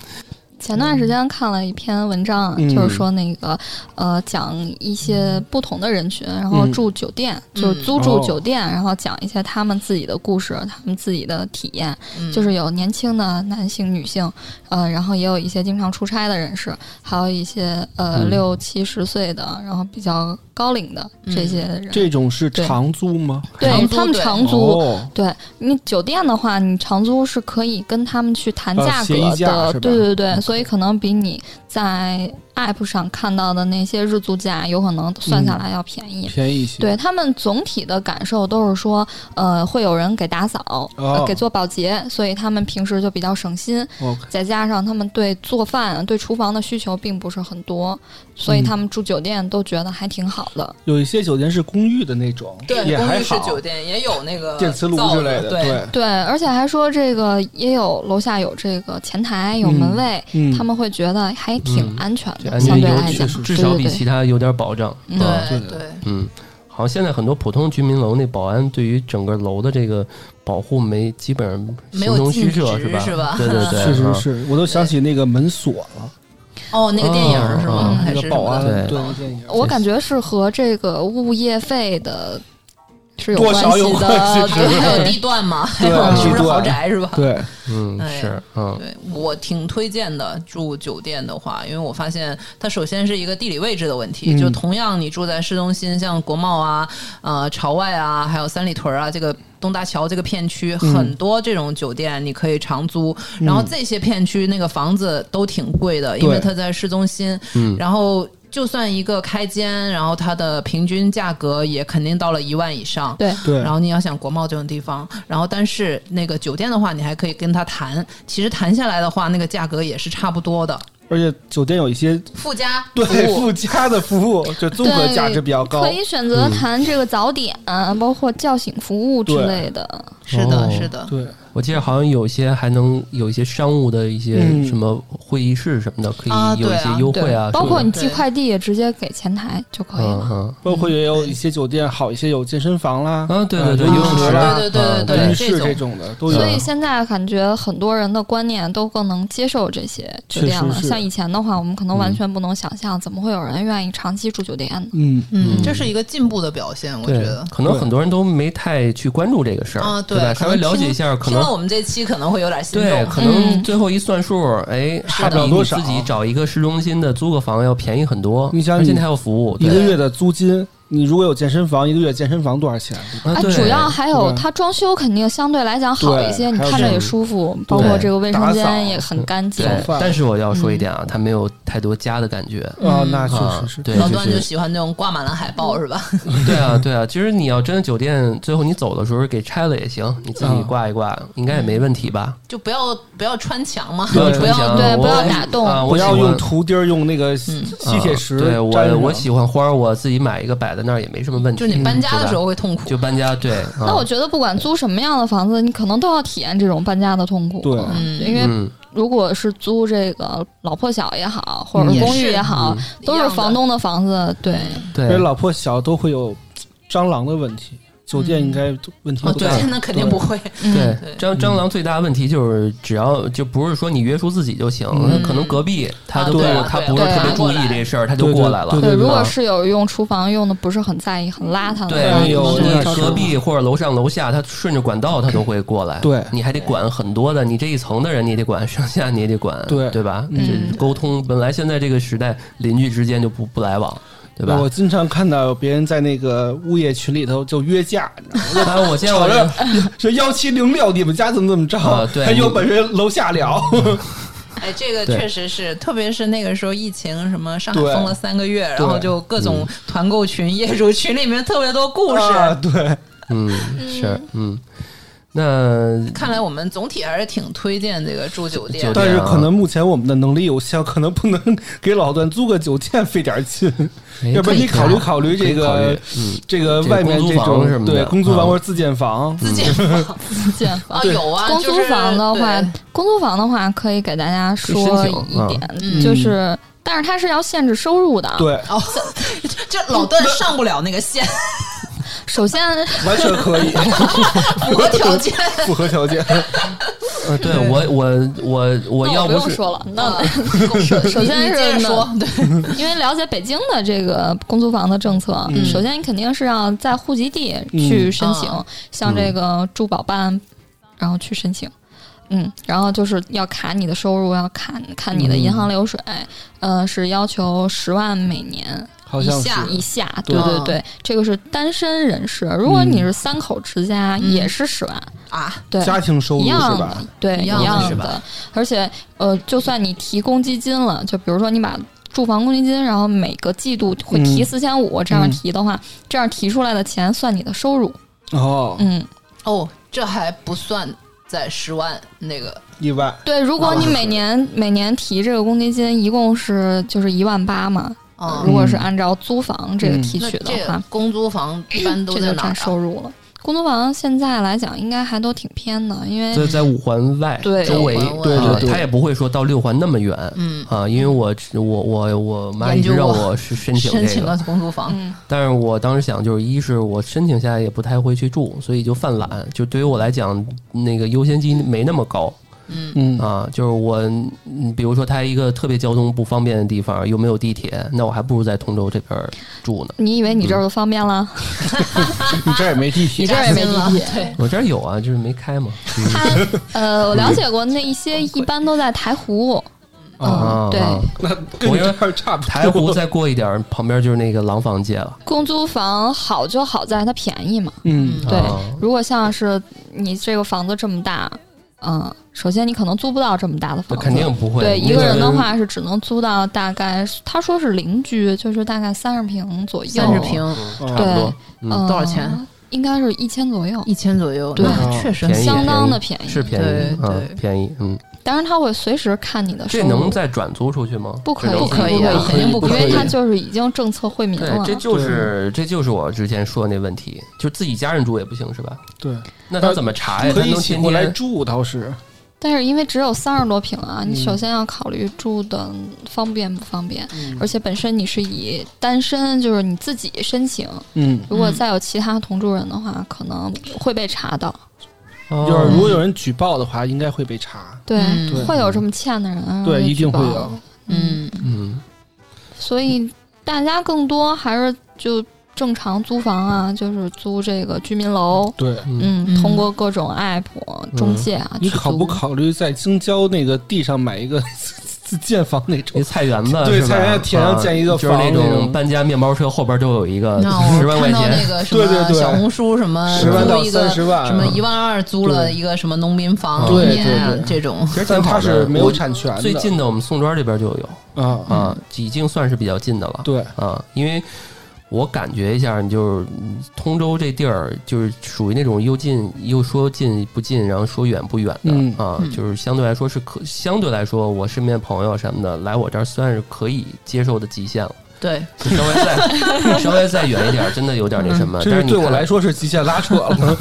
[SPEAKER 1] 前段时间看了一篇文章啊，
[SPEAKER 2] 嗯
[SPEAKER 1] 就是说那个呃，讲一些不同的人群，然后
[SPEAKER 2] 嗯
[SPEAKER 1] 住酒店，就是租住酒店，然后讲一些他们自己的故事，他们自己的体验。就是有年轻的男性、女性，呃，然后也有一些经常出差的人士，还有一些呃六七十岁的，然后比较高龄的这些人。
[SPEAKER 2] 这种是长租吗？
[SPEAKER 1] 对
[SPEAKER 3] 长租
[SPEAKER 1] 他们
[SPEAKER 3] 对
[SPEAKER 1] 长租，
[SPEAKER 2] 哦，
[SPEAKER 1] 对你酒店的话，你长租是可以跟他们去谈
[SPEAKER 2] 呃
[SPEAKER 1] 价
[SPEAKER 2] 协议
[SPEAKER 1] 格
[SPEAKER 2] 价
[SPEAKER 1] 的，
[SPEAKER 2] 是吧嗯
[SPEAKER 1] 对对对，所以可能比你在 app 上看到的那些日租价，有可能算下来要便宜。
[SPEAKER 2] 便宜一些。
[SPEAKER 1] 对他们总体的感受都是说，呃，会有人给打扫，
[SPEAKER 2] 哦
[SPEAKER 1] 呃给做保洁，所以他们平时就比较省心。
[SPEAKER 2] ，OK，
[SPEAKER 1] 再加上他们对做饭、对厨房的需求并不是很多，所
[SPEAKER 2] 嗯
[SPEAKER 1] 以他们住酒店都觉得还挺好的。
[SPEAKER 2] 有一些酒店是公寓的那种，
[SPEAKER 3] 对，
[SPEAKER 2] 也
[SPEAKER 3] 公
[SPEAKER 2] 还
[SPEAKER 3] 寓式
[SPEAKER 2] 好
[SPEAKER 3] 酒店也有那个
[SPEAKER 2] 电磁炉
[SPEAKER 3] 灶
[SPEAKER 2] 之类的，
[SPEAKER 3] 的，
[SPEAKER 2] 对，
[SPEAKER 1] 对，而且还说这个也有楼下有这个前台，有门卫，
[SPEAKER 2] 嗯，
[SPEAKER 1] 他们会觉得还挺
[SPEAKER 4] 嗯
[SPEAKER 1] 安全的，
[SPEAKER 4] 安
[SPEAKER 1] 相
[SPEAKER 4] 全
[SPEAKER 1] 对
[SPEAKER 4] 有
[SPEAKER 1] 来
[SPEAKER 4] 确
[SPEAKER 1] 讲
[SPEAKER 4] 实，
[SPEAKER 1] 对
[SPEAKER 4] 至少
[SPEAKER 1] 对
[SPEAKER 4] 比
[SPEAKER 1] 对
[SPEAKER 4] 其他有点保障。
[SPEAKER 1] 嗯
[SPEAKER 2] 啊
[SPEAKER 3] 对
[SPEAKER 2] 对
[SPEAKER 3] 对，
[SPEAKER 4] 嗯，好像现在很多普通居民楼那保安对于整个楼的这个保护没基本上
[SPEAKER 3] 没
[SPEAKER 4] 形
[SPEAKER 3] 有
[SPEAKER 4] 同
[SPEAKER 3] 尽
[SPEAKER 4] 虚设
[SPEAKER 3] 职
[SPEAKER 4] 吧？
[SPEAKER 3] 是吧 <laughs>
[SPEAKER 4] 对对对，
[SPEAKER 2] 确实
[SPEAKER 4] 啊
[SPEAKER 2] 是我都想起那个门锁了，
[SPEAKER 3] 哦，那个电影
[SPEAKER 4] 哦
[SPEAKER 3] 是
[SPEAKER 4] 哦
[SPEAKER 3] 吗？还
[SPEAKER 2] 嗯那
[SPEAKER 3] 是
[SPEAKER 2] 个保安
[SPEAKER 3] 什么的
[SPEAKER 4] 对
[SPEAKER 2] 对电影，
[SPEAKER 1] 我感觉是和这个物业费的是有
[SPEAKER 2] 多
[SPEAKER 1] 关
[SPEAKER 2] 少有
[SPEAKER 1] 系
[SPEAKER 2] 关
[SPEAKER 1] 的，
[SPEAKER 2] 系
[SPEAKER 3] 还有还有
[SPEAKER 1] 对
[SPEAKER 2] <laughs>
[SPEAKER 3] 地段嘛，还
[SPEAKER 2] 对
[SPEAKER 3] 有是不是
[SPEAKER 2] 地段
[SPEAKER 3] 豪宅是吧？
[SPEAKER 2] 对，
[SPEAKER 4] 嗯
[SPEAKER 3] 哎
[SPEAKER 4] 是嗯
[SPEAKER 3] 对我挺推荐的，住酒店的话，因为我发现它首先是一个地理位置的问题，
[SPEAKER 2] 嗯
[SPEAKER 3] 就同样你住在市中心，像国贸啊、呃朝外啊，还有三里屯啊，这个东大桥这个片区，
[SPEAKER 2] 嗯
[SPEAKER 3] 很多这种酒店你可以长租，然后这些片区那个房子都挺贵的，因为
[SPEAKER 2] 对
[SPEAKER 3] 它在市中心，
[SPEAKER 4] 嗯
[SPEAKER 3] 然后。就算一个开间，然后它的平均价格也肯定到了一万以上。
[SPEAKER 1] 对
[SPEAKER 2] 对
[SPEAKER 3] 然，后你要想国贸这种地方，然后但是那个酒店的话，你还可以跟他谈，其实谈下来的话，那个价格也是差不多的，
[SPEAKER 2] 而且酒店有一些
[SPEAKER 3] 附加
[SPEAKER 2] 对
[SPEAKER 3] 服务。
[SPEAKER 2] 附加的服务，就综合价值比较高嗯
[SPEAKER 1] 可，以选择谈这个早点，啊包括叫醒服务之类的。
[SPEAKER 3] 是的，
[SPEAKER 4] 哦
[SPEAKER 3] 是的，
[SPEAKER 2] 对，
[SPEAKER 4] 我记得好像有些还能有一些商务的一些
[SPEAKER 2] 嗯
[SPEAKER 4] 什么会议室什么的，可
[SPEAKER 3] 啊
[SPEAKER 4] 以有一些
[SPEAKER 3] 对啊
[SPEAKER 4] 优惠啊，
[SPEAKER 1] 包
[SPEAKER 4] 什么
[SPEAKER 1] 括
[SPEAKER 4] 的
[SPEAKER 1] 你寄快递也直接给前台就可以了。
[SPEAKER 4] 嗯
[SPEAKER 2] 包括也有一些酒店好一些有健身房啦
[SPEAKER 4] 嗯，啊，对对
[SPEAKER 2] 啊
[SPEAKER 4] 对，
[SPEAKER 2] 游
[SPEAKER 4] 游
[SPEAKER 2] 泳
[SPEAKER 4] 泳
[SPEAKER 2] 池
[SPEAKER 4] 池
[SPEAKER 2] 啦
[SPEAKER 4] 啊，
[SPEAKER 3] 对对对对
[SPEAKER 2] 更衣
[SPEAKER 4] 对
[SPEAKER 2] 室
[SPEAKER 3] 这种
[SPEAKER 2] 这种的都有
[SPEAKER 1] 所，以现在感觉很多人的观念都更能接受这些酒店了
[SPEAKER 2] 确实。是
[SPEAKER 1] 像以前的话，我们可能完
[SPEAKER 4] 嗯
[SPEAKER 1] 全不能想象，怎么会有人愿意长期住酒店呢？
[SPEAKER 2] 嗯，
[SPEAKER 3] 嗯，这是一个进步的表现，我觉得。
[SPEAKER 4] 可能很多人都没太去关注这个事儿
[SPEAKER 3] 啊，
[SPEAKER 4] 对吧？
[SPEAKER 3] 对，
[SPEAKER 4] 稍微了解一下，
[SPEAKER 3] 听
[SPEAKER 4] 可
[SPEAKER 3] 听了
[SPEAKER 4] 能
[SPEAKER 3] 我们这期可能会有点心
[SPEAKER 4] 对，
[SPEAKER 3] 动。
[SPEAKER 4] 可能
[SPEAKER 1] 嗯
[SPEAKER 4] 最后一算数，哎，
[SPEAKER 2] 差
[SPEAKER 4] 还
[SPEAKER 2] 不了
[SPEAKER 4] 比
[SPEAKER 2] 多
[SPEAKER 4] 你
[SPEAKER 2] 少
[SPEAKER 4] 自己找一个市中心的租个房要便宜很多。
[SPEAKER 2] 你想
[SPEAKER 4] 而且
[SPEAKER 2] 你
[SPEAKER 4] 它有服务，
[SPEAKER 2] 一
[SPEAKER 4] 对
[SPEAKER 2] 个月的租金，你如果有健身房，一个月健身房多少钱？
[SPEAKER 4] 啊，
[SPEAKER 1] 啊，
[SPEAKER 4] 对
[SPEAKER 1] 主要还有
[SPEAKER 2] 对
[SPEAKER 1] 它装修肯定相对来讲好一些，
[SPEAKER 2] 对
[SPEAKER 1] 你
[SPEAKER 2] 还有
[SPEAKER 1] 看着
[SPEAKER 2] 这
[SPEAKER 1] 也
[SPEAKER 2] 种
[SPEAKER 1] 舒服，包括这个卫
[SPEAKER 2] 打
[SPEAKER 1] 生
[SPEAKER 2] 扫
[SPEAKER 1] 间也很干净
[SPEAKER 4] 对。
[SPEAKER 2] 早饭
[SPEAKER 4] 但是我要说一点啊，它没有太多家的感觉。
[SPEAKER 2] 啊，那
[SPEAKER 4] 啊
[SPEAKER 2] 确实，是，
[SPEAKER 4] 对，
[SPEAKER 3] 嗯老段
[SPEAKER 4] 就
[SPEAKER 3] 就是喜欢那种挂满了海报是吧？ <laughs>
[SPEAKER 4] 对啊，对啊。其实你要真的酒店，最后你走的时候给拆了也行，你自己
[SPEAKER 2] 嗯
[SPEAKER 4] 挂一挂，应该也没问题吧？
[SPEAKER 3] 就不要不要穿墙嘛，
[SPEAKER 4] 不要
[SPEAKER 3] <laughs>
[SPEAKER 2] 对
[SPEAKER 4] 穿墙，
[SPEAKER 1] 对
[SPEAKER 4] 我
[SPEAKER 1] 不要打洞
[SPEAKER 4] 啊，我
[SPEAKER 2] 不要
[SPEAKER 4] 喜欢
[SPEAKER 2] 用图钉儿，用那
[SPEAKER 3] 嗯
[SPEAKER 2] 个吸吸铁石
[SPEAKER 4] 啊对
[SPEAKER 2] 粘
[SPEAKER 4] 我
[SPEAKER 2] 上
[SPEAKER 4] 我喜欢花儿，我自己买一个摆在那儿也没什么问题。
[SPEAKER 3] 就你搬家的时候
[SPEAKER 4] 嗯对吧
[SPEAKER 3] 会痛苦。
[SPEAKER 4] 就搬家，对。啊
[SPEAKER 1] 那我觉得不管租什么样的房子，你可能都要体验这种搬家的痛苦。
[SPEAKER 2] 对
[SPEAKER 3] 嗯
[SPEAKER 1] 因为
[SPEAKER 4] 嗯，
[SPEAKER 1] 如果是租这个老破小也好，或者
[SPEAKER 2] 嗯
[SPEAKER 1] 是公
[SPEAKER 3] 也
[SPEAKER 1] 寓
[SPEAKER 3] 是
[SPEAKER 1] 也好，都
[SPEAKER 3] 一
[SPEAKER 1] 是
[SPEAKER 3] 样的
[SPEAKER 1] 房东的房子。对，
[SPEAKER 4] 对
[SPEAKER 2] 因为。老破小都会有蟑螂的问题，酒店应该问题
[SPEAKER 3] 哦，
[SPEAKER 2] 不
[SPEAKER 3] 对
[SPEAKER 2] 大。，
[SPEAKER 3] 那肯定不
[SPEAKER 4] <laughs>
[SPEAKER 3] 会。
[SPEAKER 4] 对
[SPEAKER 1] 嗯，
[SPEAKER 4] 蟑蟑螂最大的问题就是，只要就不是说你约束自己就行，
[SPEAKER 2] 嗯
[SPEAKER 4] 可能隔壁他
[SPEAKER 3] 啊
[SPEAKER 4] 都
[SPEAKER 3] 对
[SPEAKER 4] 跟我
[SPEAKER 3] 对
[SPEAKER 4] 他不是
[SPEAKER 1] 对嗯
[SPEAKER 4] 特别注意这事儿，他就过来了
[SPEAKER 2] 对。
[SPEAKER 1] 对，如果
[SPEAKER 4] 啊
[SPEAKER 1] 室友用厨房用的不是很在意、很邋遢的
[SPEAKER 4] 对
[SPEAKER 1] 话，
[SPEAKER 2] 哎呦
[SPEAKER 1] 可能
[SPEAKER 4] 你
[SPEAKER 1] 就
[SPEAKER 4] 隔壁或者楼上楼下，他顺着管道他都会过来。
[SPEAKER 2] 对
[SPEAKER 4] 你还得管很多的，你这一层的人你也得管， <laughs> 上下你也得管，
[SPEAKER 2] 对
[SPEAKER 4] 对吧？
[SPEAKER 1] 嗯
[SPEAKER 4] 这沟通本来现在这个时代，邻居之间就不不来往，对吧？ <laughs>
[SPEAKER 2] 我经常看到别人在那个物业群里头就约
[SPEAKER 4] <laughs>
[SPEAKER 2] 架，你知道吗
[SPEAKER 4] 然后我见
[SPEAKER 2] 吵
[SPEAKER 4] 啊
[SPEAKER 3] <laughs>
[SPEAKER 4] 我
[SPEAKER 2] 着说幺七零六，你们家怎么怎么着？
[SPEAKER 4] 啊对
[SPEAKER 2] 还有本事楼下聊。
[SPEAKER 3] 哎，这个
[SPEAKER 4] 对
[SPEAKER 3] 确实是，特别是那个时候疫情，什么上海
[SPEAKER 2] 对
[SPEAKER 3] 封了三个月，然后
[SPEAKER 2] 对
[SPEAKER 3] 就各种团购群、业主群里面特别多故
[SPEAKER 2] <laughs>
[SPEAKER 3] 事。
[SPEAKER 2] 啊，对，
[SPEAKER 4] 嗯，是，嗯，那
[SPEAKER 3] 看来我们总体还是挺推荐这个住酒店
[SPEAKER 4] 酒
[SPEAKER 3] 的。
[SPEAKER 2] 但是可能目前我们的能力有限，可能不能 <laughs> 给老段租个酒店费点劲，
[SPEAKER 4] 哎
[SPEAKER 2] 要不然你
[SPEAKER 4] 可以
[SPEAKER 2] 考虑
[SPEAKER 4] 考
[SPEAKER 2] 考虑
[SPEAKER 4] 可
[SPEAKER 2] 这
[SPEAKER 4] 以考虑
[SPEAKER 2] 个
[SPEAKER 4] 嗯
[SPEAKER 2] 这个
[SPEAKER 4] 这个
[SPEAKER 2] 外面
[SPEAKER 4] 公租
[SPEAKER 2] 这
[SPEAKER 4] 房什
[SPEAKER 2] 种
[SPEAKER 4] 么的嗯
[SPEAKER 2] 对公租
[SPEAKER 4] 啊
[SPEAKER 2] 房或者自建房，
[SPEAKER 3] 自建房
[SPEAKER 1] 自建房
[SPEAKER 3] 啊，。有啊，
[SPEAKER 1] 公
[SPEAKER 3] 就
[SPEAKER 1] 租
[SPEAKER 3] 是
[SPEAKER 1] 房的话
[SPEAKER 3] 对，
[SPEAKER 1] 公租房的话可以给大家说一
[SPEAKER 3] 嗯
[SPEAKER 1] 点，就是，但是它是要限制收入的。，
[SPEAKER 2] 对，
[SPEAKER 3] <laughs> 哦，这这老段上不了那个线，
[SPEAKER 1] 首先
[SPEAKER 2] 完全可
[SPEAKER 4] <laughs>
[SPEAKER 2] 以
[SPEAKER 3] 符合条件。
[SPEAKER 2] 符合条件。
[SPEAKER 4] 呃，对我我我我
[SPEAKER 1] 那
[SPEAKER 4] 要
[SPEAKER 1] 我不用
[SPEAKER 4] 是
[SPEAKER 1] 说了，那
[SPEAKER 3] 嗯首
[SPEAKER 1] 首先是
[SPEAKER 3] 接着
[SPEAKER 1] 呢
[SPEAKER 3] 说，对，
[SPEAKER 1] 因为了解北京的这个公租房的政策，
[SPEAKER 2] 嗯
[SPEAKER 1] 首先你肯定是要在户籍地去申请，
[SPEAKER 3] 嗯啊
[SPEAKER 1] 像这个住保办，然后去申请。嗯，然后就是要卡你的收入，要看看你的银行流水，呃，是要求十万每年，
[SPEAKER 2] 好像是
[SPEAKER 1] 以下，
[SPEAKER 2] 对
[SPEAKER 1] 对对对，这个是单身人士。如果你是三口之家，
[SPEAKER 3] 嗯
[SPEAKER 1] 也是十万，
[SPEAKER 3] 啊，
[SPEAKER 1] 对，
[SPEAKER 2] 家庭收入
[SPEAKER 1] 一
[SPEAKER 2] 是
[SPEAKER 1] 样
[SPEAKER 2] 吧
[SPEAKER 1] 的？，对，
[SPEAKER 3] 一
[SPEAKER 1] 一
[SPEAKER 3] 样的
[SPEAKER 1] 样
[SPEAKER 3] 是
[SPEAKER 1] 的。而且，呃，就算你提公积金了，就比如说你把住房公积金，然后每个季度会提
[SPEAKER 2] 嗯
[SPEAKER 1] 四千五，这样
[SPEAKER 2] 嗯
[SPEAKER 1] 提的话，这样提出来的钱算你的收入。
[SPEAKER 2] 哦，
[SPEAKER 1] 嗯，
[SPEAKER 3] 哦，这还不算在十万那个
[SPEAKER 2] 意外
[SPEAKER 1] 对，如果你每
[SPEAKER 2] 哦
[SPEAKER 1] 年每年提这个公积金，一共是就是一万八嘛。
[SPEAKER 2] 哦
[SPEAKER 3] 啊。
[SPEAKER 1] 如果是按照租房这个提
[SPEAKER 3] 那
[SPEAKER 1] 哦取的
[SPEAKER 3] 这
[SPEAKER 1] 话，
[SPEAKER 3] 公
[SPEAKER 1] <clears throat>
[SPEAKER 3] 租房一般都
[SPEAKER 1] 这
[SPEAKER 3] 在
[SPEAKER 1] 就
[SPEAKER 3] 哪儿
[SPEAKER 1] 占收
[SPEAKER 3] 啊？
[SPEAKER 1] 入了。公租房现在来讲，应该还都挺偏的，因为
[SPEAKER 4] 在在五环外
[SPEAKER 1] 对
[SPEAKER 4] 周围，
[SPEAKER 3] 五环外
[SPEAKER 4] 啊
[SPEAKER 2] 对对对
[SPEAKER 4] 他也不会说到六环那么远
[SPEAKER 3] 嗯，
[SPEAKER 4] 啊，因为我我我我妈一
[SPEAKER 3] 研究
[SPEAKER 4] 直让
[SPEAKER 3] 过
[SPEAKER 4] 我是申请
[SPEAKER 3] 申
[SPEAKER 4] 这
[SPEAKER 3] 请
[SPEAKER 4] 个
[SPEAKER 3] 了，公租房，
[SPEAKER 1] 嗯，
[SPEAKER 4] 但是我当时想就是一是我申请下来也不太会去住，所以就犯懒，就对于我来讲那个优先级没那么高
[SPEAKER 3] 嗯
[SPEAKER 2] 嗯
[SPEAKER 4] 啊，就是我嗯比如说它一个特别交通不方便的地方又没有地铁，那我还不如在通州这边住呢。
[SPEAKER 1] 你以为你
[SPEAKER 2] 嗯
[SPEAKER 1] 这儿就方便了？
[SPEAKER 2] 你这儿也没地
[SPEAKER 1] 你
[SPEAKER 2] 铁
[SPEAKER 1] 这儿也没地铁。
[SPEAKER 3] 对，
[SPEAKER 4] 我这儿有啊，就是没开嘛。
[SPEAKER 1] 它呃，我了解过那一些一般都在台湖，
[SPEAKER 4] 啊
[SPEAKER 1] 嗯，对，
[SPEAKER 2] <laughs> 那跟你这儿差不多。
[SPEAKER 4] 台湖再过一点儿，旁边就是那个廊坊街了。
[SPEAKER 1] 公租房好就好在它便宜嘛。
[SPEAKER 2] 嗯，
[SPEAKER 1] 对
[SPEAKER 4] 啊，
[SPEAKER 1] 如果像是你这个房子这么大，嗯，首先你可能租不到这么大的
[SPEAKER 4] 那
[SPEAKER 1] 房子，
[SPEAKER 4] 呃肯定不会。
[SPEAKER 1] 对
[SPEAKER 4] 那
[SPEAKER 1] 一个人的，话是只能租到大概，他说是邻居，就是大概三十平左右，
[SPEAKER 3] 三十平
[SPEAKER 2] 差
[SPEAKER 4] 差不多
[SPEAKER 1] 对，
[SPEAKER 4] 嗯
[SPEAKER 1] 嗯
[SPEAKER 3] 多少钱？
[SPEAKER 1] 应该是一千左右，
[SPEAKER 3] 一千左右，
[SPEAKER 1] 对
[SPEAKER 3] 那确实
[SPEAKER 4] 便宜
[SPEAKER 1] 相当的便宜。
[SPEAKER 4] 是便宜
[SPEAKER 3] 对
[SPEAKER 4] 啊
[SPEAKER 3] 对，
[SPEAKER 4] 便宜。嗯，
[SPEAKER 1] 当然他会随时看你的收
[SPEAKER 4] 这
[SPEAKER 1] 入，
[SPEAKER 4] 能再转租出去吗？
[SPEAKER 1] 不可以，
[SPEAKER 4] 这种
[SPEAKER 3] 不可以啊肯定不可以
[SPEAKER 1] 因为他就是已经政策惠民
[SPEAKER 4] 对
[SPEAKER 1] 了，。
[SPEAKER 4] 这
[SPEAKER 3] 啊
[SPEAKER 4] 就是这就是我之前说的那问题，就自己家人住也不行是吧？
[SPEAKER 2] 对，
[SPEAKER 4] 那他怎么查呀？他
[SPEAKER 2] 呃可以
[SPEAKER 4] 哎能
[SPEAKER 2] 请
[SPEAKER 4] 天
[SPEAKER 2] 过来
[SPEAKER 4] 天
[SPEAKER 2] 住倒是。
[SPEAKER 1] 但是因为只有三十多平啊，你
[SPEAKER 2] 嗯
[SPEAKER 1] 首先要考虑住的方便不方便，
[SPEAKER 2] 嗯
[SPEAKER 1] 而且本身你是以单身，就是你自己申请，
[SPEAKER 2] 嗯，
[SPEAKER 1] 如果
[SPEAKER 3] 嗯
[SPEAKER 1] 再有其他同住人的话，可能会被查到。
[SPEAKER 2] 就是如
[SPEAKER 4] 哦
[SPEAKER 2] 果有人举报的话，应该会被查。
[SPEAKER 1] 对，
[SPEAKER 3] 嗯对
[SPEAKER 1] 会有这么欠的人啊，
[SPEAKER 2] 对
[SPEAKER 1] 被
[SPEAKER 2] 一
[SPEAKER 1] 举
[SPEAKER 2] 定
[SPEAKER 1] 报
[SPEAKER 2] 会有
[SPEAKER 1] 的。
[SPEAKER 3] 嗯，
[SPEAKER 4] 嗯，
[SPEAKER 1] 所以大家更多还是就正常租房啊，就是租这个居民楼，
[SPEAKER 2] 对，
[SPEAKER 1] 嗯，
[SPEAKER 3] 嗯
[SPEAKER 1] 通过各种 app 中介啊，
[SPEAKER 2] 嗯你
[SPEAKER 1] 去
[SPEAKER 2] 考不
[SPEAKER 1] 租？
[SPEAKER 2] 考虑在京郊那个地上买一个 <laughs> 自建房那
[SPEAKER 4] 那
[SPEAKER 2] 种？
[SPEAKER 4] 菜园子
[SPEAKER 2] 对
[SPEAKER 4] 是吧
[SPEAKER 2] 菜园田上
[SPEAKER 4] 啊
[SPEAKER 2] 建一个
[SPEAKER 4] 就是那
[SPEAKER 2] 房那
[SPEAKER 4] 种
[SPEAKER 2] 种
[SPEAKER 4] 搬家面包车后边就有一个
[SPEAKER 3] 那我
[SPEAKER 4] 十万块
[SPEAKER 3] 看到那
[SPEAKER 4] 钱，
[SPEAKER 3] 个什
[SPEAKER 2] 对对
[SPEAKER 3] 么
[SPEAKER 2] 对
[SPEAKER 3] 小红书什么
[SPEAKER 2] 十万到
[SPEAKER 3] 租一
[SPEAKER 2] 三
[SPEAKER 3] 个
[SPEAKER 2] 十万，啊
[SPEAKER 3] 什么一万二租了
[SPEAKER 2] 对嗯
[SPEAKER 3] 一个什么农民房
[SPEAKER 4] 对
[SPEAKER 3] 面啊
[SPEAKER 2] 对对
[SPEAKER 3] 这种，
[SPEAKER 4] 其实挺
[SPEAKER 2] 但
[SPEAKER 4] 好
[SPEAKER 2] 它
[SPEAKER 4] 的
[SPEAKER 2] 是没有
[SPEAKER 4] 我
[SPEAKER 2] 产权的。
[SPEAKER 4] 最近的我们宋庄这边就有
[SPEAKER 2] 啊，
[SPEAKER 3] 嗯
[SPEAKER 4] 啊，已经算是比较近的了。
[SPEAKER 2] 对，
[SPEAKER 4] 啊，因为我感觉一下，就是嗯通州这地儿，就是属于那种又近又说近不近，然后说远不远的、
[SPEAKER 2] 嗯
[SPEAKER 4] 啊
[SPEAKER 3] 嗯，
[SPEAKER 4] 就是相对来说是可，相对来说，我身边朋友什么的来我这儿算是可以接受的极限了，
[SPEAKER 3] 对，
[SPEAKER 4] 就稍微再稍微再远一点儿，真的有点那什么，
[SPEAKER 2] 嗯这
[SPEAKER 4] 但
[SPEAKER 2] 是
[SPEAKER 4] 是你
[SPEAKER 2] 对我
[SPEAKER 4] 看
[SPEAKER 2] 来。说是极限拉扯 <laughs> 了。